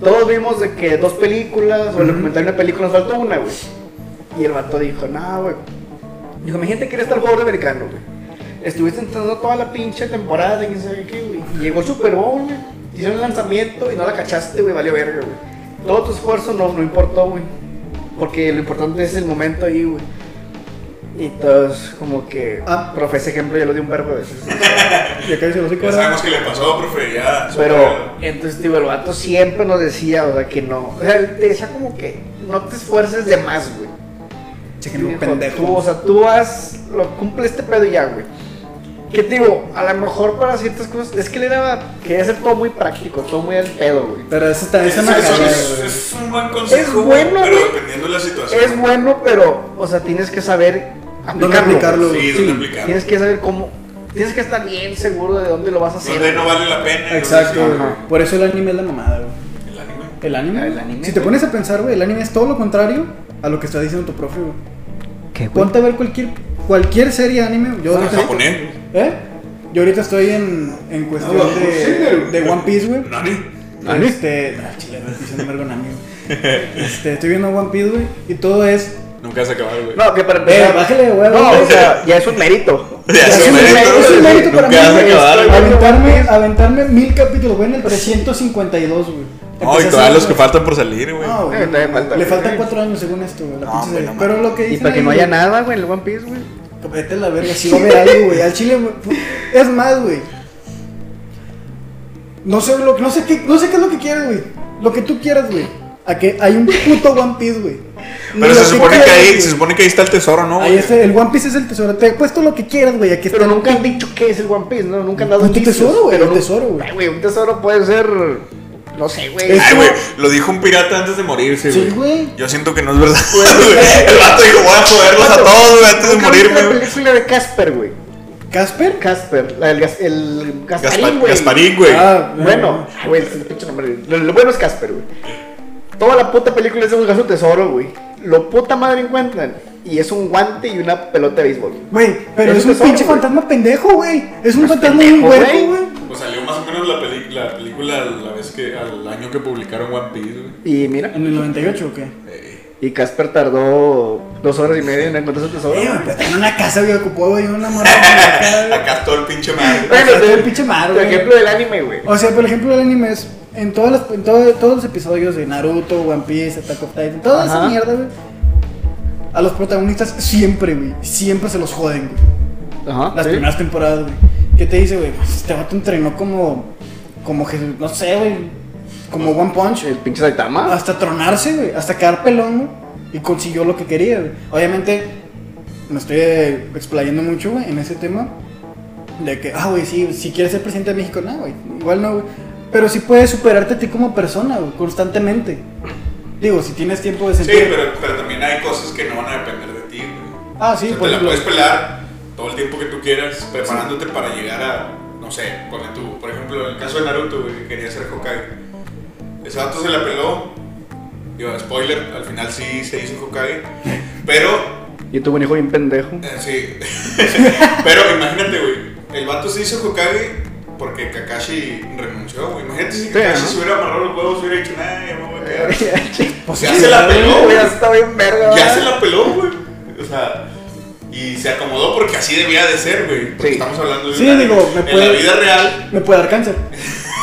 Speaker 5: Todos vimos de que dos películas, o el documental y una película, nos faltó una, güey. Y el vato dijo, no, güey. Dijo, mi gente quiere estar jugador americano, güey. Estuviste entrando toda la pinche temporada, y quién sabe qué, güey. Llegó el Super Bowl, güey. Hicieron el lanzamiento y no la cachaste, güey. Valió verga, güey. Todo tu esfuerzo no, no importó, güey. Porque lo importante es el momento ahí, güey. Y todos como que...
Speaker 2: Ah.
Speaker 5: Profe, ese ejemplo ya lo di un verbo de veces.
Speaker 2: Y acá dice, no sé qué
Speaker 4: Ya
Speaker 2: era.
Speaker 4: sabemos que le pasó, profe. Ya.
Speaker 5: Pero entonces, digo, el vato siempre nos decía, o sea, que no. O sea, él te decía como que no te esfuerces de más, güey.
Speaker 2: Chequen un
Speaker 5: Dijo, Tú, o
Speaker 2: pendejo.
Speaker 5: sea, tú haz, lo cumple este pedo y ya, güey. Que te digo, a lo mejor para ciertas cosas, es que él era, quería hacer todo muy práctico, todo muy al pedo, güey.
Speaker 2: Pero eso está,
Speaker 4: Eso
Speaker 2: esa
Speaker 4: eso
Speaker 2: madre,
Speaker 4: es,
Speaker 2: güey.
Speaker 4: es un buen consejo.
Speaker 5: Es bueno,
Speaker 4: güey, Pero
Speaker 5: güey.
Speaker 4: dependiendo de la situación.
Speaker 5: Es bueno, pero, o sea, tienes que saber aplicarlo.
Speaker 2: ¿Dónde aplicarlo?
Speaker 4: Sí,
Speaker 2: Sí.
Speaker 4: donde aplicar.
Speaker 5: Tienes que saber cómo, tienes que estar bien seguro de dónde lo vas a hacer.
Speaker 4: Donde no
Speaker 5: güey.
Speaker 4: vale la pena. donde
Speaker 2: Exacto,
Speaker 4: sí.
Speaker 2: güey. Por eso el anime es la mamada, güey.
Speaker 4: El anime.
Speaker 2: ¿El anime?
Speaker 5: El anime,
Speaker 2: Si te
Speaker 5: güey.
Speaker 2: pones a pensar, güey, el anime es todo lo contrario a lo que está diciendo tu profe, güey.
Speaker 5: ¿Qué, güey?
Speaker 2: Ponte a ver cualquier, cualquier serie de anime. Yo
Speaker 4: En
Speaker 2: ahorita,
Speaker 4: japonés.
Speaker 2: ¿Eh? Yo ahorita estoy en, en cuestión
Speaker 4: Ah,
Speaker 2: de,
Speaker 4: sí,
Speaker 2: de One Piece, güey.
Speaker 4: Nani.
Speaker 5: ¿Nani?
Speaker 2: Este. Ah, chile, no estoy diciendo vergo, Nani, güey.
Speaker 4: (laughs)
Speaker 2: Este, estoy viendo One Piece, güey. Y todo es.
Speaker 4: Nunca se acabado, güey.
Speaker 5: No, que para
Speaker 2: Eh, bájale de huevos,
Speaker 5: No,
Speaker 2: güey.
Speaker 5: o sea, ya es un mérito.
Speaker 4: (laughs) Ya es un mérito,
Speaker 2: Es un mérito
Speaker 4: Nunca
Speaker 2: para mí,
Speaker 4: vas a
Speaker 2: güey.
Speaker 4: acabar,
Speaker 2: Este,
Speaker 4: güey.
Speaker 2: Aventarme, aventarme mil capítulos, güey, en el 352,
Speaker 4: No,
Speaker 2: güey.
Speaker 4: y
Speaker 2: Empecé a
Speaker 4: todavía
Speaker 2: hacer-
Speaker 4: los que faltan por salir, güey.
Speaker 2: No, güey.
Speaker 5: Eh, todavía falta,
Speaker 2: Le
Speaker 5: güey.
Speaker 2: faltan cuatro años según esto, güey. la
Speaker 4: No,
Speaker 2: pinche
Speaker 4: güey,
Speaker 2: serie.
Speaker 4: no
Speaker 2: Pero lo que
Speaker 5: Y
Speaker 2: dicen
Speaker 5: para que
Speaker 2: ahí,
Speaker 5: no haya
Speaker 2: güey,
Speaker 5: nada, güey, en el One Piece, güey.
Speaker 2: Vete a la verga, si va a haber algo, güey. Al chile, güey. Es más, güey. No sé, lo, no, sé qué, no sé qué es lo que quieres, güey. Lo que tú quieras, güey. A que hay un puto One Piece, güey.
Speaker 4: Pero
Speaker 2: Lo
Speaker 4: se
Speaker 2: que
Speaker 4: supone que
Speaker 2: quieras,
Speaker 4: ahí,
Speaker 2: güey.
Speaker 4: se supone que ahí está el tesoro, ¿no?
Speaker 2: Ahí
Speaker 4: güey?
Speaker 2: está, el One Piece es el tesoro. Te he puesto lo que quieras, güey. Aquí está.
Speaker 5: Pero nunca han dicho qué es el One Piece, ¿no? Nunca han dado
Speaker 2: Un
Speaker 5: indicios,
Speaker 2: tesoro, güey,
Speaker 5: pero
Speaker 2: un
Speaker 5: no-
Speaker 2: tesoro, güey.
Speaker 5: Ay, güey, un tesoro puede ser... No sé, güey.
Speaker 2: Es-
Speaker 4: Ay, güey, lo dijo un pirata antes de morirse,
Speaker 2: Sí,
Speaker 4: güey.
Speaker 2: güey.
Speaker 4: Yo siento que no es verdad, güey. (laughs) El vato dijo, voy a joderlos a todos, güey, antes de
Speaker 5: Nunca vi
Speaker 4: morirme,
Speaker 5: la
Speaker 4: güey.
Speaker 5: película de Casper, güey.
Speaker 2: ¿Casper?
Speaker 5: Casper, la del gas- el Gasparín,
Speaker 4: Gaspar-
Speaker 5: güey.
Speaker 4: Gasparín, güey.
Speaker 2: Ah,
Speaker 5: Bueno, ay, güey, ese pinche nombre. Lo, lo bueno es Casper, güey. Toda la puta película es de buscar su tesoro, güey. Lo puta madre encuentran. Y es un guante y una pelota de béisbol.
Speaker 2: Güey, pero
Speaker 5: Es
Speaker 2: es,
Speaker 5: un
Speaker 2: un
Speaker 5: tesoro,
Speaker 2: pinche
Speaker 5: güey.
Speaker 2: fantasma pendejo, güey. Es un
Speaker 5: No es
Speaker 2: fantasma
Speaker 5: pendejo,
Speaker 2: bien
Speaker 5: güey.
Speaker 2: huerco, güey.
Speaker 4: Pues salió más o menos la, peli- la película la vez que, al año que publicaron One Piece, güey.
Speaker 5: Y mira,
Speaker 2: ¿En el 98 o qué?
Speaker 4: Eh,
Speaker 5: y Casper tardó dos horas y media en encontrar su tesoro.
Speaker 2: Eh, güey, pero está en una casa, güey, ocupó, güey,
Speaker 5: (laughs)
Speaker 2: una morra.
Speaker 4: Acá todo el pinche madre.
Speaker 5: Bueno,
Speaker 2: Está
Speaker 5: te-
Speaker 2: el pinche mar,
Speaker 5: Por
Speaker 2: güey.
Speaker 5: ejemplo, del anime, güey.
Speaker 2: O sea, por ejemplo, el anime es. En, todas las, en todo- todos los episodios de Naruto, One Piece, Attack of Titan, toda
Speaker 5: Ajá.
Speaker 2: esa mierda, güey. A los protagonistas siempre, güey. Siempre se los joden, güey.
Speaker 5: Ajá.
Speaker 2: Las
Speaker 5: sí.
Speaker 2: primeras temporadas, güey. ¿Qué te dice, güey? Pues, Este vato entrenó como. Como Jesús. No sé, güey. Como One Punch.
Speaker 5: El pinche
Speaker 4: Ah.
Speaker 5: Saitama.
Speaker 2: Hasta tronarse, güey. Hasta quedar pelón, güey. Y consiguió lo que quería, güey. Obviamente, me estoy eh, explayando mucho, güey, en ese tema. De que, ah, güey, sí, si quieres ser presidente de México, no, güey. Igual no, güey. Pero sí puedes superarte a ti como persona, güey, constantemente. Digo, si tienes tiempo de
Speaker 4: Sí,
Speaker 2: sentir.
Speaker 4: pero, pero también hay cosas que no van a depender de ti, güey.
Speaker 2: Ah, sí,
Speaker 4: O sea,
Speaker 2: por
Speaker 4: te la
Speaker 2: ejemplo.
Speaker 4: puedes pelar todo el tiempo que tú quieras, preparándote para llegar a, no sé, ponle tú, por ejemplo, en el caso de Naruto, güey, que quería ser Hokage. Ese vato se la peló. Digo, spoiler, al final sí se hizo Hokage. Pero
Speaker 5: Yo tuve un hijo bien pendejo.
Speaker 4: Eh, Sí. (laughs) Pero imagínate, güey. El vato se hizo Hokage porque Kakashi renunció, güey. Imagínate si Kakashi
Speaker 5: ¿no?
Speaker 4: se hubiera amarrado los huevos y hubiera dicho, nah, ya me voy a
Speaker 2: (laughs)
Speaker 4: quedar.
Speaker 2: Pues
Speaker 4: ya
Speaker 2: sí,
Speaker 4: se la
Speaker 2: güey.
Speaker 4: peló,
Speaker 5: Güey,
Speaker 4: güey.
Speaker 5: ya está bien
Speaker 4: Ya
Speaker 5: verga. ¿verdad?
Speaker 4: se la peló, güey. O sea, y se acomodó porque así debía de ser, güey. Porque
Speaker 5: Sí.
Speaker 4: estamos hablando de
Speaker 2: Sí,
Speaker 4: una-
Speaker 2: digo, me
Speaker 4: en
Speaker 2: puede-
Speaker 4: la vida real.
Speaker 2: Me puede dar cáncer.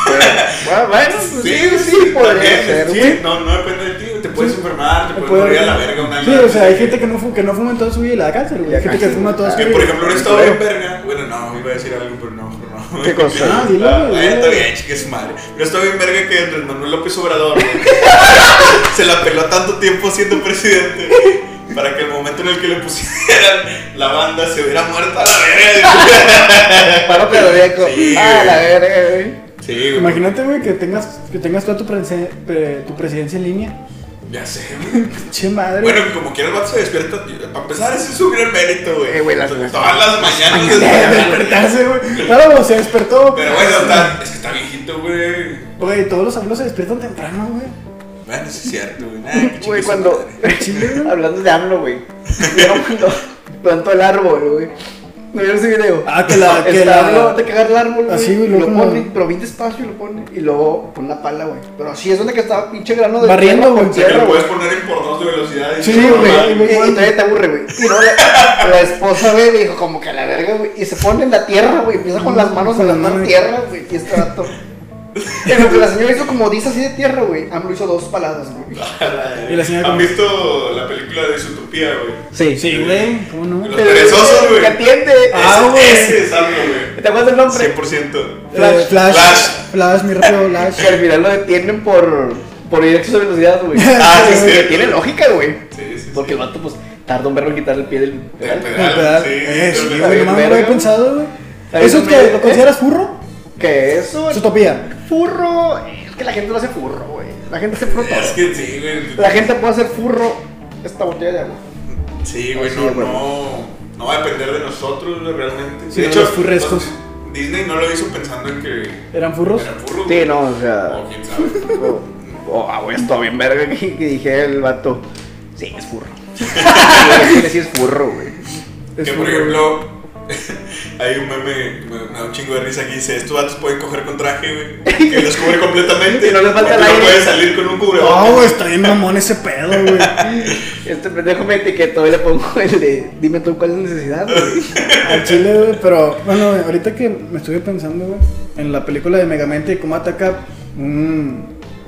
Speaker 5: Bueno, bueno, pues
Speaker 4: Sí, sí,
Speaker 5: podría
Speaker 4: también,
Speaker 5: ser,
Speaker 4: sí,
Speaker 5: güey.
Speaker 4: no, no depende de ti, te puedes
Speaker 2: Sí.
Speaker 4: enfermar, te
Speaker 2: Me
Speaker 4: puedes
Speaker 2: puede
Speaker 4: morir a
Speaker 2: dar
Speaker 4: la
Speaker 2: cáncer.
Speaker 4: verga un año.
Speaker 2: Sí, o sea, hay gente que no, fu- que no fuma en toda su vida y le da cáncer, güey.
Speaker 5: Le
Speaker 2: Hay
Speaker 5: da
Speaker 2: gente que
Speaker 5: cáncer,
Speaker 2: fuma toda su
Speaker 4: Que
Speaker 2: vida.
Speaker 4: por ejemplo hubiera estado bien verga. Bueno, no, iba a decir algo, pero no, mejor no.
Speaker 5: ¿Qué cosa?
Speaker 4: (laughs)
Speaker 2: Ah, dilo,
Speaker 4: Ah,
Speaker 2: güey.
Speaker 4: eh, está bien, chique su madre. Pero está bien verga que Andrés Manuel López Obrador güey, (laughs) se la peló tanto tiempo siendo presidente para que el momento en el que le pusieran la banda se hubiera muerta a la
Speaker 5: (laughs)
Speaker 4: verga.
Speaker 5: Paro cardíaco.
Speaker 4: Sí,
Speaker 5: Ah,
Speaker 4: güey.
Speaker 5: la verga, güey.
Speaker 4: Sí, güey.
Speaker 2: Imagínate, güey, que tengas, que tengas toda tu, prese- pre- tu presidencia en línea.
Speaker 4: Ya sé, güey.
Speaker 2: Che madre.
Speaker 4: Bueno, que como quiera el vato se despierta. Para empezar, ese es un gran mérito, güey.
Speaker 5: Eh, güey, las-
Speaker 4: Todas las
Speaker 5: (laughs)
Speaker 4: mañanas.
Speaker 2: De
Speaker 4: despierta.
Speaker 2: despertarse, güey. Claro, se despertó.
Speaker 4: Pero bueno, está, es que está viejito, güey.
Speaker 2: Güey, todos los abuelos se despiertan temprano, güey.
Speaker 4: Bueno, sí es cierto, güey. Nah, que
Speaker 5: Güey,
Speaker 4: chingue su
Speaker 5: cuando.
Speaker 4: madre.
Speaker 5: (laughs) Hablando de AMLO, güey. ¿Vieron cuando plantó el árbol, güey? ¿No vieron ese video?
Speaker 2: Ah, que la- que
Speaker 5: Está
Speaker 2: la-
Speaker 5: AMLO de cagar el árbol, güey.
Speaker 2: Así, güey,
Speaker 5: y lo
Speaker 2: luego como-
Speaker 5: pone, pero bien despacio lo pone. Y luego pone una pala, güey. Pero así es donde que estaba pinche grano de
Speaker 2: Barriendo,
Speaker 5: tierra
Speaker 2: güey.
Speaker 5: con
Speaker 4: O sea, que
Speaker 5: tierra,
Speaker 4: lo
Speaker 5: güey.
Speaker 4: puedes poner en por dos de velocidad. y-
Speaker 2: Sí,
Speaker 5: Sí, güey,
Speaker 2: Ah,
Speaker 5: y,
Speaker 2: güey,
Speaker 5: y
Speaker 2: güey.
Speaker 5: Eh, todavía te aburre, güey. Y luego la, la esposa, güey, dijo como que a la verga, güey. Y se pone en la tierra, güey. Empieza con las manos en
Speaker 2: Con
Speaker 5: la
Speaker 2: las manos.
Speaker 5: tierra, güey. Y este vato. En lo que la señora hizo como dice así de tierra, güey. AMLO hizo dos paladas, güey.
Speaker 2: Y la señora
Speaker 4: ¿Han
Speaker 2: como-
Speaker 4: visto la película de Isotopía, güey?
Speaker 5: Sí,
Speaker 2: Sí, güey, ¿cómo no?
Speaker 4: Los perezosos, güey.
Speaker 5: Que atiende.
Speaker 2: Ah, güey.
Speaker 4: Ese es algo, güey.
Speaker 5: ¿Te acuerdas del nombre?
Speaker 4: 100%.
Speaker 2: Eh, Flash.
Speaker 4: Flash.
Speaker 2: Flash, mi rápido Flash.
Speaker 5: Que al final lo detienen por, por ir a exceso de velocidad, güey.
Speaker 4: Ah, sí,
Speaker 5: Que
Speaker 4: sí.
Speaker 5: Tiene lógica, güey.
Speaker 4: Sí, sí.
Speaker 5: Porque el vato, pues, tarda un verbo en quitar el pie del
Speaker 4: Del
Speaker 5: pedal.
Speaker 2: El
Speaker 4: pedal.
Speaker 2: pedal.
Speaker 4: Sí,
Speaker 2: Eh, sí,
Speaker 4: del
Speaker 2: güey,
Speaker 4: pedal.
Speaker 2: no me
Speaker 5: verga.
Speaker 2: había pensado, güey.
Speaker 5: Ahí
Speaker 2: ¿Eso
Speaker 5: no
Speaker 2: que
Speaker 5: me-
Speaker 2: lo
Speaker 5: ¿eh?
Speaker 2: consideras furro?
Speaker 5: Que eso,
Speaker 2: Es utopía.
Speaker 5: furro. Es que la gente no hace furro, güey. La gente hace furro todo.
Speaker 4: Es que sí, güey.
Speaker 5: La gente puede hacer furro esta botella de agua.
Speaker 4: Sí, güey,
Speaker 5: Así
Speaker 4: no,
Speaker 5: es, güey.
Speaker 4: no, no va a depender de nosotros, güey, realmente.
Speaker 2: Sí,
Speaker 4: de
Speaker 2: no, los furrescos.
Speaker 4: pues, Disney no lo hizo pensando en que
Speaker 2: ¿Eran furros?
Speaker 4: eran furros.
Speaker 5: Sí,
Speaker 4: güey.
Speaker 5: no, o sea.
Speaker 4: O quién sabe.
Speaker 5: Oh, ah, güey, está bien verga que, que dije el vato. Sí, es furro. (laughs) Sí, sí es furro, güey.
Speaker 2: Es
Speaker 4: que por
Speaker 2: furro.
Speaker 4: ejemplo, (laughs) hay un meme, me me da un chingo de risa que dice, estos vatos pueden coger con traje,
Speaker 5: (laughs)
Speaker 4: güey, que los cubre completamente.
Speaker 5: Y no les falta el
Speaker 4: no
Speaker 5: aire. Ah,
Speaker 4: puede salir con un cubrebocas.
Speaker 2: No, güey, está bien mamón ese pedo, güey.
Speaker 4: (laughs)
Speaker 5: Este pendejo me etiquetó y le pongo (laughs) el de. Dime tú cuál es la necesidad, güey.
Speaker 2: Al chile, güey, pero bueno, güey, ahorita que me estuve pensando, güey, en la película de Megamente y cómo ataca un,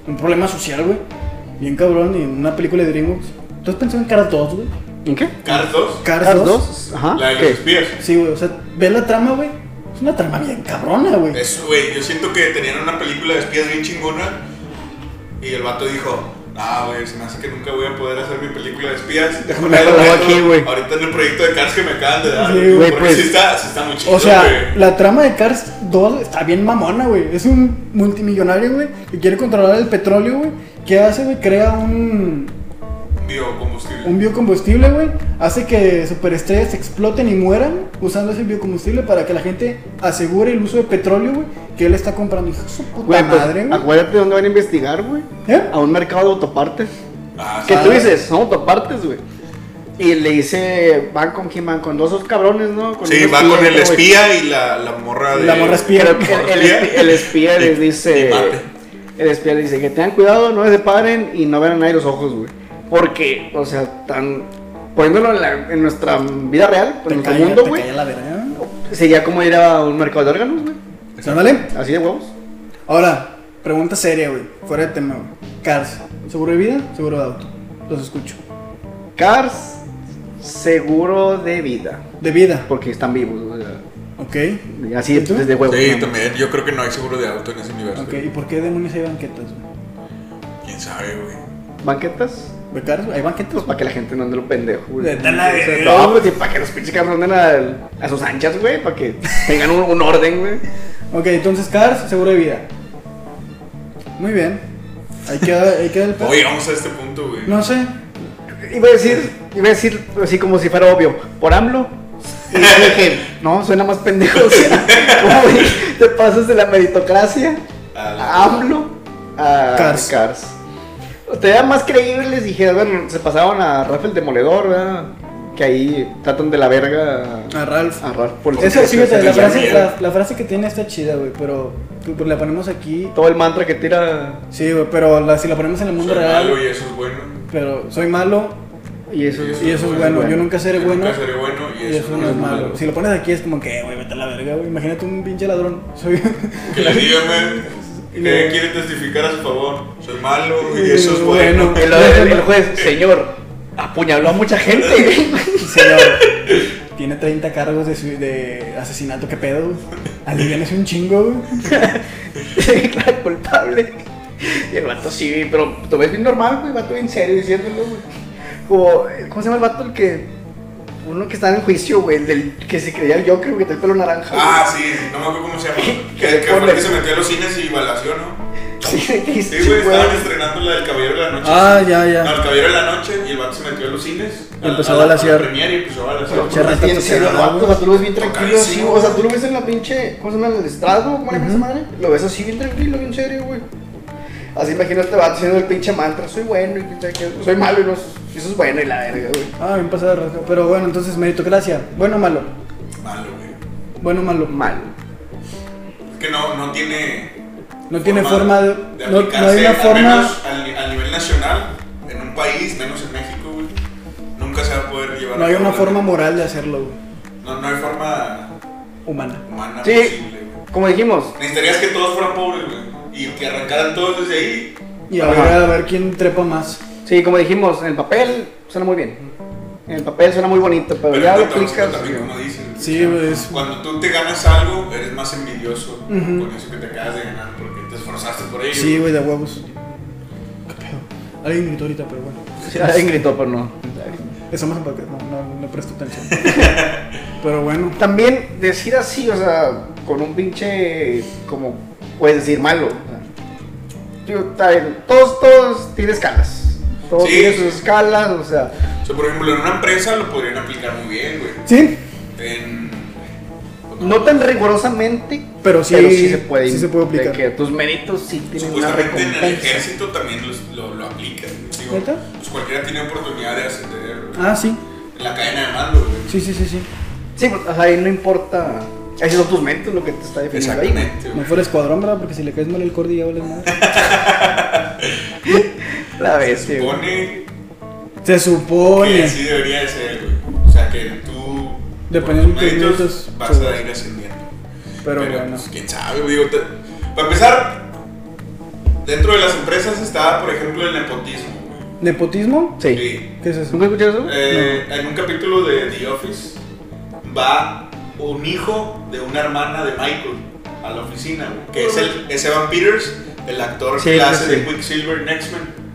Speaker 2: un problema social, güey, bien cabrón, y en una película de DreamWorks. ¿Tú has pensado en Cars 2, güey?
Speaker 5: ¿En qué?
Speaker 4: Cars 2,
Speaker 2: ¿Cars,
Speaker 5: ¿Las
Speaker 2: 2?
Speaker 5: dos? Ajá.
Speaker 4: la de los
Speaker 5: ¿Qué?
Speaker 4: espías.
Speaker 2: Sí, güey, o sea, ve la trama, güey. Es una trama bien cabrona, güey.
Speaker 4: Eso, güey, yo siento que tenían una película de espías bien chingona y el vato dijo, ah, güey, se me hace que nunca voy a poder hacer mi película de espías.
Speaker 5: (laughs) Déjame
Speaker 4: Pero
Speaker 5: la
Speaker 4: bueno,
Speaker 5: aquí, güey.
Speaker 4: Ahorita en el proyecto de Cars que me acaban de dar,
Speaker 2: Sí,
Speaker 4: güey,
Speaker 5: güey,
Speaker 4: porque
Speaker 5: pues.
Speaker 4: sí está, sí está muy chido,
Speaker 2: O sea,
Speaker 4: güey.
Speaker 2: la trama de Cars 2 está bien mamona, güey. Es un multimillonario, güey, que quiere controlar el petróleo, güey. ¿Qué hace, güey? Crea un,
Speaker 4: Biocombustible.
Speaker 2: un biocombustible, güey, hace que superestrellas exploten y mueran usando ese biocombustible para que la gente asegure el uso de petróleo, güey, que él está comprando. Hijo de su puta
Speaker 5: Güey, pues,
Speaker 2: madre, güey.
Speaker 5: acuérdate de dónde van a investigar, güey.
Speaker 2: ¿Eh?
Speaker 5: A un mercado de autopartes.
Speaker 4: Ah,
Speaker 5: Que
Speaker 4: sí.
Speaker 5: tú dices, son autopartes, güey. Y le dice, van con quién van, con dos esos cabrones, ¿no? Con
Speaker 4: Sí,
Speaker 5: un
Speaker 4: va con el
Speaker 5: güey.
Speaker 4: espía y la, la morra de...
Speaker 2: este. La morra espía.
Speaker 5: Pero que el, el espi- el espía les
Speaker 4: Y
Speaker 5: dice.
Speaker 4: mate.
Speaker 5: El espía les dice que tengan cuidado, no se separen y no vean a nadie los ojos, güey. Porque, o sea, tan. Poniéndolo en, la- en nuestra vida real, en
Speaker 2: Te
Speaker 5: nuestro
Speaker 2: calla,
Speaker 5: mundo,
Speaker 2: te
Speaker 5: güey,
Speaker 2: calla la verga.
Speaker 5: sería como ir a un mercado de órganos, güey.
Speaker 2: Ándale.
Speaker 5: Así de huevos.
Speaker 2: Ahora, pregunta seria, güey. Fuera de tema, güey. Cars, ¿seguro de vida? ¿Seguro de auto? Los escucho.
Speaker 5: Cars, seguro de vida.
Speaker 2: De vida,
Speaker 5: Porque están vivos, o sea,
Speaker 2: ok.
Speaker 5: así
Speaker 2: ¿Y tú?
Speaker 5: desde huevos.
Speaker 4: Sí,
Speaker 5: ¿no?
Speaker 4: también, yo creo que no hay seguro de auto en ese universo.
Speaker 2: Ok, ¿y por qué demonios hay banquetas, güey?
Speaker 4: ¿Quién sabe, güey?
Speaker 5: Banquetas,
Speaker 2: ¿De Cars? ¿Hay banquetas?
Speaker 5: pues para que la gente no ande lo pendejo, güey.
Speaker 2: De- de la-
Speaker 5: O sea, No, pues sí, para que los pinches cabros anden a, a sus anchas, güey, para que tengan un, un orden, güey.
Speaker 2: Ok, entonces Cars, seguro de vida. Muy bien. Ahí queda, ahí queda el
Speaker 4: (laughs)
Speaker 2: pedo.
Speaker 4: Oye, vamos a este punto, güey.
Speaker 2: No sé.
Speaker 5: Iba a decir, iba a decir así como si fuera obvio, por AMLO. Y ya
Speaker 4: (laughs)
Speaker 5: dije, no, suena más pendejo. o sea, ¿cómo de- te pasas de la (laughs) meritocracia
Speaker 4: A la-
Speaker 2: Ah,
Speaker 5: a AMLO a
Speaker 2: Cars.
Speaker 5: Cars. Te da más creíble, les dije, bueno, se pasaron a Rafael Demoledor, ¿verdad? Que ahí tratan de la verga a-
Speaker 2: A Ralph.
Speaker 5: a Ralph por el
Speaker 2: Eso,
Speaker 5: simple
Speaker 2: fíjate,
Speaker 5: ser
Speaker 2: la
Speaker 5: de la
Speaker 2: frase,
Speaker 5: mierda.
Speaker 2: la, la frase que tiene está chida, güey, pero pues, la ponemos aquí.
Speaker 5: Todo el mantra que tira
Speaker 2: Sí, güey, pero la- si la ponemos en el mundo
Speaker 4: Soy
Speaker 2: real,
Speaker 4: malo y eso es bueno.
Speaker 2: pero soy malo
Speaker 5: y eso es-
Speaker 2: y eso es bueno. Yo nunca seré
Speaker 4: Yo
Speaker 2: bueno
Speaker 4: Nunca seré bueno y,
Speaker 2: y eso no es malo. Si lo pones aquí es como que, güey, vete a la verga, güey. Imagínate un pinche ladrón. Soy...
Speaker 4: Que la niña
Speaker 2: (laughs)
Speaker 4: me- que quiere testificar a su favor. Soy malo y eso es bueno.
Speaker 5: El, el- el juez, señor, apuñaló a mucha gente.
Speaker 2: Señor, tiene 30 cargos de, sui- de asesinato, ¿qué pedo? Alivianes un chingo, güey.
Speaker 5: Era culpable. Y el vato sí, pero tú ves bien normal, güey, vato bien serio diciéndolo, güey. Como, eh, ¿cómo se llama el vato el que. Uno que estaba en juicio, güey, el del que se creía el Joker, güey, del pelo naranja. güey.
Speaker 4: Ah, sí, no me acuerdo cómo
Speaker 2: (laughs)
Speaker 4: se llama. Que, que fue el que se metió a los cines y balació, ¿no?
Speaker 5: (laughs) Sí, que dice,
Speaker 4: Sí, güey,
Speaker 5: güey.
Speaker 4: estaban estrenando la del Caballero de la Noche.
Speaker 2: Ah, ya,
Speaker 4: No, el
Speaker 2: ya.
Speaker 4: Caballero de la Noche y el vato se metió a los cines.
Speaker 2: Y empezó a
Speaker 4: la-
Speaker 2: balasear.
Speaker 4: la premiere y empezó a
Speaker 5: Pero pues,
Speaker 4: balasear.
Speaker 2: Che,
Speaker 5: está bien
Speaker 2: rato
Speaker 5: serio el
Speaker 2: cerrado,
Speaker 5: vato, o sea, tú lo ves bien tranquilo, así,
Speaker 4: Tocadísimo.
Speaker 5: o sea, tú lo ves en la pinche, ¿cómo se llama? En el estrado, ¿cómo le llamas esa madre? Lo ves así bien tranquilo, bien serio, güey. Así imagino a este vato haciendo el pinche mantra, soy bueno, y pinche que- soy malo, y no, eso es bueno, y la verga, güey.
Speaker 2: Ah, bien pasado de rasgo. Pero bueno, entonces, meritocracia. Bueno o malo.
Speaker 4: Malo, güey.
Speaker 2: Bueno o malo.
Speaker 5: Malo.
Speaker 4: Es que no, no tiene.
Speaker 2: No tiene forma de. no, no
Speaker 4: aplicarse,
Speaker 2: hay una
Speaker 4: al
Speaker 2: forma.
Speaker 4: menos al, al nivel nacional, en un país, menos en México, güey. Nunca se va a poder llevar.
Speaker 2: No
Speaker 4: a
Speaker 2: hay
Speaker 4: cabo
Speaker 2: una
Speaker 4: la-
Speaker 2: forma moral de hacerlo, güey.
Speaker 4: No, no hay forma
Speaker 2: Humana.
Speaker 4: humana
Speaker 5: Sí.
Speaker 4: posible, güey.
Speaker 5: Como dijimos,
Speaker 4: Necesitarías que todos fueran pobres, güey. Y que arrancaran todos desde ahí.
Speaker 2: Y a
Speaker 5: Ajá.
Speaker 2: ver, a ver quién trepa más.
Speaker 5: sí, como dijimos, en el papel suena muy bien. En el papel suena muy bonito, pero,
Speaker 4: Pero
Speaker 5: ya
Speaker 4: no
Speaker 5: lo
Speaker 4: te gusta
Speaker 5: aplicas.
Speaker 4: también, como
Speaker 5: güey.
Speaker 4: dicen.
Speaker 2: Sí, güey, es-
Speaker 4: Cuando tú te ganas algo, eres más envidioso
Speaker 2: Ujú.
Speaker 4: con eso que te acabas de ganar porque te esforzaste por ello.
Speaker 2: Sí, güey, de huevos. ¿Qué pedo? Alguien gritó ahorita, pero bueno.
Speaker 5: Sí, alguien gritó, pero no.
Speaker 2: Estamos en podcast. No, no, no
Speaker 4: (laughs)
Speaker 2: presto atención. pero bueno.
Speaker 5: También decir así, o sea, con un pinche, como puedes decir, malo. o sea, digo, está bien, todos, todos tienen escalas. Todos
Speaker 4: Sí.
Speaker 5: tienen sus escalas, o sea.
Speaker 4: O sea, por ejemplo, en una empresa lo podrían aplicar muy bien, güey.
Speaker 2: Sí,
Speaker 4: En.
Speaker 5: No tan rigurosamente,
Speaker 2: Pero sí-
Speaker 5: se puede,
Speaker 2: sí se puede aplicar.
Speaker 5: de que tus méritos sí tienen una
Speaker 4: Supuestamente en el
Speaker 5: recompensa.
Speaker 4: ejército también los- lo, lo aplican. güey. Digo,
Speaker 2: ¿Neta?
Speaker 4: Pues cualquiera tiene oportunidad de ascender güey.
Speaker 2: ah, sí.
Speaker 4: en la cadena de mando, güey.
Speaker 2: Sí, sí, sí, sí.
Speaker 5: Sí, pues, o sea, ahí no importa. Esos son tus méritos lo que te está definiendo ahí. güey.
Speaker 4: Exactamente,
Speaker 2: No
Speaker 4: güey.
Speaker 2: fue el escuadrón, ¿verdad? Porque si le caes mal el cordi ya vale madre.
Speaker 4: (laughs)
Speaker 5: La
Speaker 4: Se
Speaker 5: bestia. güey.
Speaker 4: supone
Speaker 2: Se
Speaker 4: que
Speaker 2: supone.
Speaker 4: así debería de ser, güey. O sea, que tú.
Speaker 2: Dependiendo
Speaker 4: por
Speaker 2: de
Speaker 4: tus
Speaker 2: tus
Speaker 4: méritos,
Speaker 2: méritos,
Speaker 4: Vas
Speaker 2: seguro.
Speaker 4: a ir ascendiendo.
Speaker 2: Pero bueno.
Speaker 4: pues, quién sabe, güey, digo, te- para empezar, dentro de las empresas está, por ejemplo, el nepotismo, güey.
Speaker 2: ¿Nepotismo?
Speaker 5: Sí.
Speaker 4: Sí.
Speaker 2: ¿Qué es eso?
Speaker 5: ¿Nunca escuchaste eso?
Speaker 4: Eh, En un capítulo de The Office va un hijo de una hermana de Michael a la oficina, güey, que es, el, es Evan Peters, el actor
Speaker 5: Sí,
Speaker 4: que hace
Speaker 5: sí.
Speaker 4: de Quicksilver en X-Men.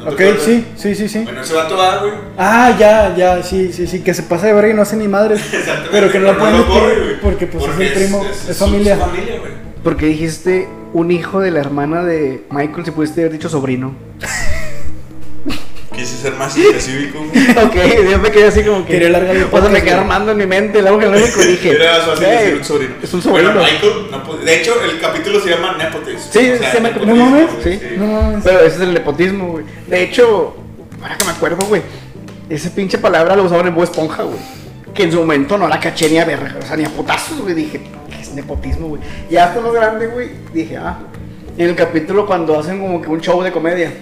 Speaker 4: ¿No te
Speaker 2: Ok,
Speaker 4: acuerdas?
Speaker 2: sí, sí, sí, sí.
Speaker 4: Bueno, ese vato va, güey. (laughs)
Speaker 2: Ah, ya, ya, sí, sí, sí, que se pasa de verga y no hace ni madre.
Speaker 4: Exactamente,
Speaker 2: Pero que no la pueden
Speaker 4: lo corre,
Speaker 2: meter
Speaker 4: güey,
Speaker 2: porque pues es el primo, es,
Speaker 4: su-
Speaker 2: familia.
Speaker 4: su familia, güey.
Speaker 5: Porque dijiste un hijo de la hermana de Michael, si pudiste haber dicho sobrino.
Speaker 4: Quise ser más específico. güey.
Speaker 5: (laughs) ok, yo me quedé así como que.
Speaker 2: Quería largar el
Speaker 5: O sea, me
Speaker 2: podcast,
Speaker 5: quedé
Speaker 2: güey.
Speaker 5: armando en mi mente, luego que luego dije.
Speaker 4: Era más fácil decir
Speaker 5: "Ey,
Speaker 4: un sobrino.
Speaker 5: Es un sobrino.
Speaker 4: Bueno, Michael, no puede- de hecho, el capítulo se llama Nepotism.
Speaker 5: Sí, se llama-
Speaker 4: nepotismo,
Speaker 2: ¿no mames?
Speaker 4: güey,
Speaker 5: Sí.
Speaker 2: No mames.
Speaker 5: Pero ese es el nepotismo, güey. De hecho, ahora que me acuerdo, güey, esa pinche palabra la usaban en Bob Esponja, güey. Que en su momento no la caché ni a ver, o sea, ni a putazos, güey. Dije, ¿qué es nepotismo, güey? Y hasta más grande, güey, dije, ah. En el capítulo cuando hacen como que un show de comedia.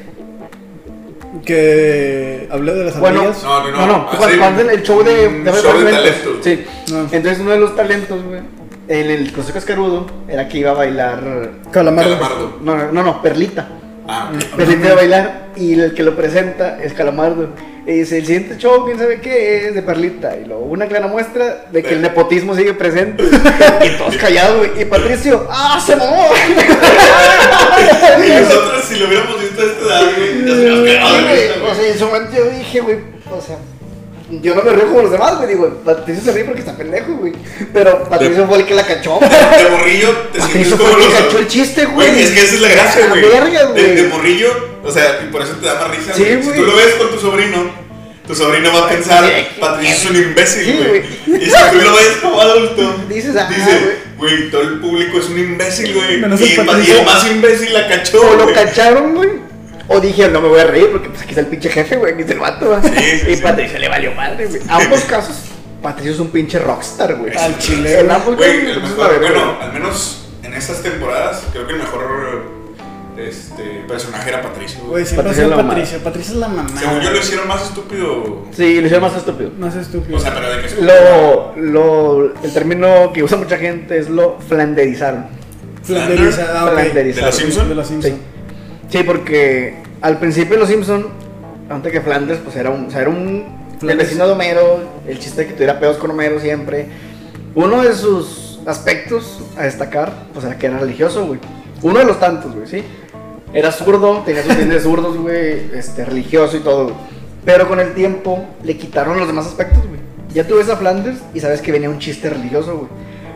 Speaker 2: Que hablé de las
Speaker 5: Bueno,
Speaker 2: amigas.
Speaker 4: No, no, no. Ah,
Speaker 5: cuando
Speaker 4: sí.
Speaker 5: hacen el show de, de
Speaker 4: Un
Speaker 5: Beto
Speaker 4: show de
Speaker 5: Talentos.
Speaker 4: talentos.
Speaker 5: Sí.
Speaker 2: Ah.
Speaker 5: Entonces uno de los talentos, güey, en el Consejo Cascarudo, era que iba a bailar.
Speaker 2: Calamardo.
Speaker 4: Calamardo.
Speaker 5: No, no, no, no, Perlita.
Speaker 4: Ah,
Speaker 5: (laughs)
Speaker 4: ok.
Speaker 5: Perlita iba a bailar y el que lo presenta es Calamardo. Y dice, el siguiente show, quién sabe qué, es de Perlita. Y luego una clara muestra de que el nepotismo
Speaker 4: (laughs)
Speaker 5: sigue presente. y todos callados, güey. Y Patricio, ¡ah, se mamó!
Speaker 4: Nosotros, si lo hubiéramos visto a esta edad, este güey, ya se nos
Speaker 5: Sí,
Speaker 4: quedaba, güey.
Speaker 5: güey. O sea, en su momento yo dije, güey, o sea, yo no me río como los demás, güey. Digo, Patricio se ríe porque está pendejo, güey. Pero Patricio fue el que la cachó. güey.
Speaker 4: De morrillo te sientes
Speaker 5: Patricio fue
Speaker 4: como
Speaker 5: el que
Speaker 4: los-
Speaker 5: cachó el chiste, güey.
Speaker 4: Güey, es que esa es la gracia,
Speaker 5: A
Speaker 4: güey.
Speaker 5: verga,
Speaker 4: De-
Speaker 5: güey.
Speaker 4: De, morrillo, o sea, y por eso te da más risa.
Speaker 5: Sí,
Speaker 4: güey. Si
Speaker 5: güey.
Speaker 4: tú lo ves con tu sobrino, tu sobrino va a pensar,
Speaker 5: Sí.
Speaker 4: Patricio es un imbécil,
Speaker 5: Sí,
Speaker 4: güey. y si tú lo ves como adulto,
Speaker 5: Dices, ah,
Speaker 4: dice, güey, todo el público es un imbécil, güey.
Speaker 2: Menos
Speaker 4: Y,
Speaker 2: el
Speaker 4: el pa- y
Speaker 2: Patricio.
Speaker 4: el más imbécil la cachó,
Speaker 5: O lo
Speaker 4: güey.
Speaker 5: cacharon, güey. O dije, no me voy a reír porque pues, aquí está el pinche jefe, güey. Aquí está el vato, güey.
Speaker 4: Sí, sí,
Speaker 5: y
Speaker 4: sí.
Speaker 5: Patricio le valió madre, güey. Ambos casos, Patricio es un pinche rockstar, güey.
Speaker 2: Al chile,
Speaker 5: En ambos
Speaker 4: Güey, el
Speaker 5: casos, es
Speaker 4: mejor,
Speaker 5: una verga.
Speaker 4: bueno, al menos en estas temporadas, creo que el mejor este, personaje era Patricio, güey.
Speaker 2: Güey, siempre ha
Speaker 5: Patricia
Speaker 2: sido
Speaker 5: es la
Speaker 2: Patricia. Patricia es la mamá.
Speaker 4: Según yo lo hicieron más estúpido.
Speaker 5: Sí, lo hicieron más estúpido.
Speaker 2: Más estúpido.
Speaker 4: O sea, pero de que
Speaker 5: Lo, lo, el término que usa mucha gente es lo flanderizaron.
Speaker 2: Flanderizada, ok.
Speaker 5: Flanderizada.
Speaker 4: ¿De los Simpson?
Speaker 2: De los Simpson.
Speaker 5: Sí. Sí, porque al principio Los Simpson, antes que Flanders, pues era un, o sea, era un el
Speaker 2: Flanders.
Speaker 5: vecino de Homero, el chiste de que tuviera pedos con Homero siempre. Uno de sus aspectos a destacar, pues era que era religioso, güey. Uno de los tantos, güey, sí. Era zurdo, tenía sus dientes zurdos, güey, este, religioso y todo. güey. Pero con el tiempo le quitaron los demás aspectos, güey. Ya tú ves a Flanders y sabes que venía un chiste religioso, güey.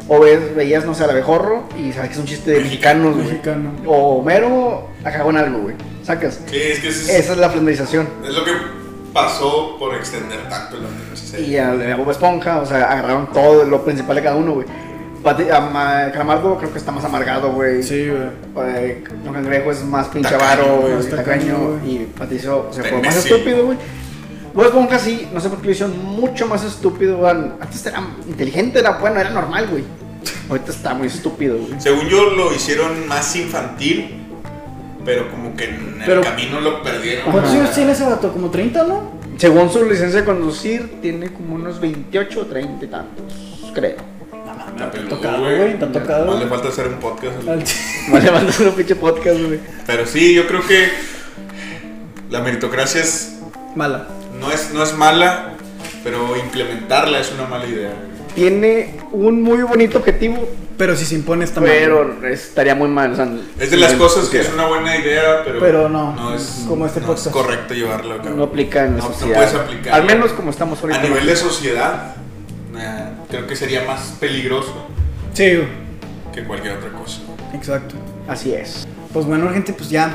Speaker 5: O ves, veías, no sé, al abejorro y sabes que es un chiste de mexicanos, güey.
Speaker 2: Mexicano.
Speaker 5: O Homero, acá con algo, güey. Sacas.
Speaker 4: Sí, es que ese es,
Speaker 5: Esa es la flanderización.
Speaker 4: es lo que pasó por extender tanto la universidad.
Speaker 5: Y a, a Bob Esponja, o sea, agarraron todo lo principal de cada uno, güey. Pati- a Ma- Calamardo creo que está más amargado, güey.
Speaker 2: Sí, güey.
Speaker 5: Eh, Don Cangrejo es más pinche
Speaker 4: Tacaño,
Speaker 5: avaro,
Speaker 4: güey,
Speaker 5: güey,
Speaker 2: es
Speaker 5: tacaño.
Speaker 2: tacaño, güey.
Speaker 5: Y Patricio se
Speaker 4: Está
Speaker 5: fue más
Speaker 4: imbécil.
Speaker 5: estúpido, güey. Bob Esponja sí, no sé por qué lo hicieron mucho más estúpido, güey. Antes era inteligente, era bueno, era normal, güey. Ahorita está muy estúpido, güey.
Speaker 4: Según yo lo hicieron más infantil, pero como que en el
Speaker 2: Pero-
Speaker 4: camino lo perdieron.
Speaker 2: ¿Cuántos
Speaker 5: Ajá.
Speaker 2: años tiene ese vato? ¿Como 30, no?
Speaker 5: Según su licencia de conducir, tiene como unos 28 o 30 y tantos, creo.
Speaker 4: Está peludo,
Speaker 2: tocado, güey, te ha tocado.
Speaker 4: Más le falta hacer un podcast.
Speaker 2: Al ch- (laughs)
Speaker 5: (laughs) Me le mandas un pinche podcast, güey.
Speaker 4: Pero sí, yo creo que la meritocracia es-
Speaker 2: Mala.
Speaker 4: no, es, no es mala, pero implementarla es una mala idea. güey.
Speaker 5: Tiene un muy bonito objetivo,
Speaker 2: Pero si se impone esta madre.
Speaker 5: pero estaría muy mal. o sea,
Speaker 4: Es de las cosas que es una buena idea, pero,
Speaker 2: Pero no,
Speaker 4: es,
Speaker 2: como este
Speaker 4: no es
Speaker 2: podcast.
Speaker 4: correcto llevarlo a cabo.
Speaker 5: No aplica en la
Speaker 4: No, no
Speaker 5: sociedad.
Speaker 4: puedes aplicar.
Speaker 5: Al menos como estamos ahorita.
Speaker 4: A nivel de sociedad, eh, creo que sería más peligroso
Speaker 2: Sí, güey.
Speaker 4: que cualquier otra cosa. (laughs)
Speaker 2: Exacto.
Speaker 5: Así es.
Speaker 2: Pues bueno, gente, pues ya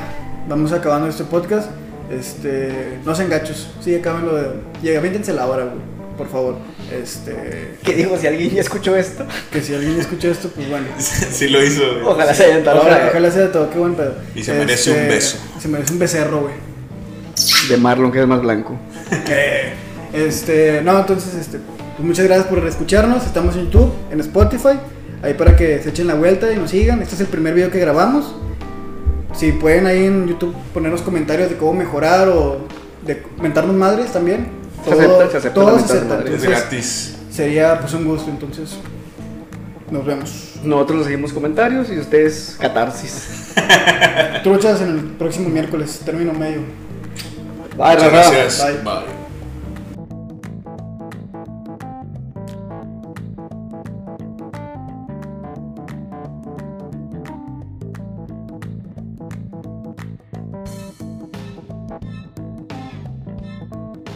Speaker 2: vamos acabando este podcast. Este, no se engachos. Sí, acábenlo de. Y aviéntense la hora, güey. Por favor. Este,
Speaker 5: ¿Qué digo? Si alguien ya escuchó esto, (laughs)
Speaker 2: que si alguien escucha esto, pues
Speaker 4: (laughs)
Speaker 2: bueno.
Speaker 4: sí lo hizo. güey.
Speaker 5: ojalá se hayan dado
Speaker 2: Ojalá,
Speaker 5: hora
Speaker 2: ojalá sea de todo, qué buen pedo. Este,
Speaker 4: Y se merece un beso.
Speaker 2: Se merece un becerro, güey.
Speaker 5: de Marlon, que es más blanco.
Speaker 2: Eh, Este, no, entonces, este, pues muchas gracias por escucharnos. Estamos en YouTube, en Spotify, ahí para que se echen la vuelta y nos sigan. Este es el primer video que grabamos. Si pueden ahí en YouTube ponernos comentarios de cómo mejorar o de mentarnos madres también.
Speaker 5: Se acepta, se acepta
Speaker 2: todo
Speaker 5: la
Speaker 2: se
Speaker 5: mentada de
Speaker 2: acepta.
Speaker 5: madre.
Speaker 4: Es
Speaker 2: Entonces,
Speaker 4: gratis.
Speaker 2: sería pues un gusto, entonces. Nos vemos.
Speaker 5: Nosotros le seguimos comentarios y ustedes catarsis.
Speaker 2: Truchas en el próximo miércoles, término medio.
Speaker 5: Bye,
Speaker 4: Muchas
Speaker 5: raza.
Speaker 4: gracias.
Speaker 2: Bye.
Speaker 4: Bye.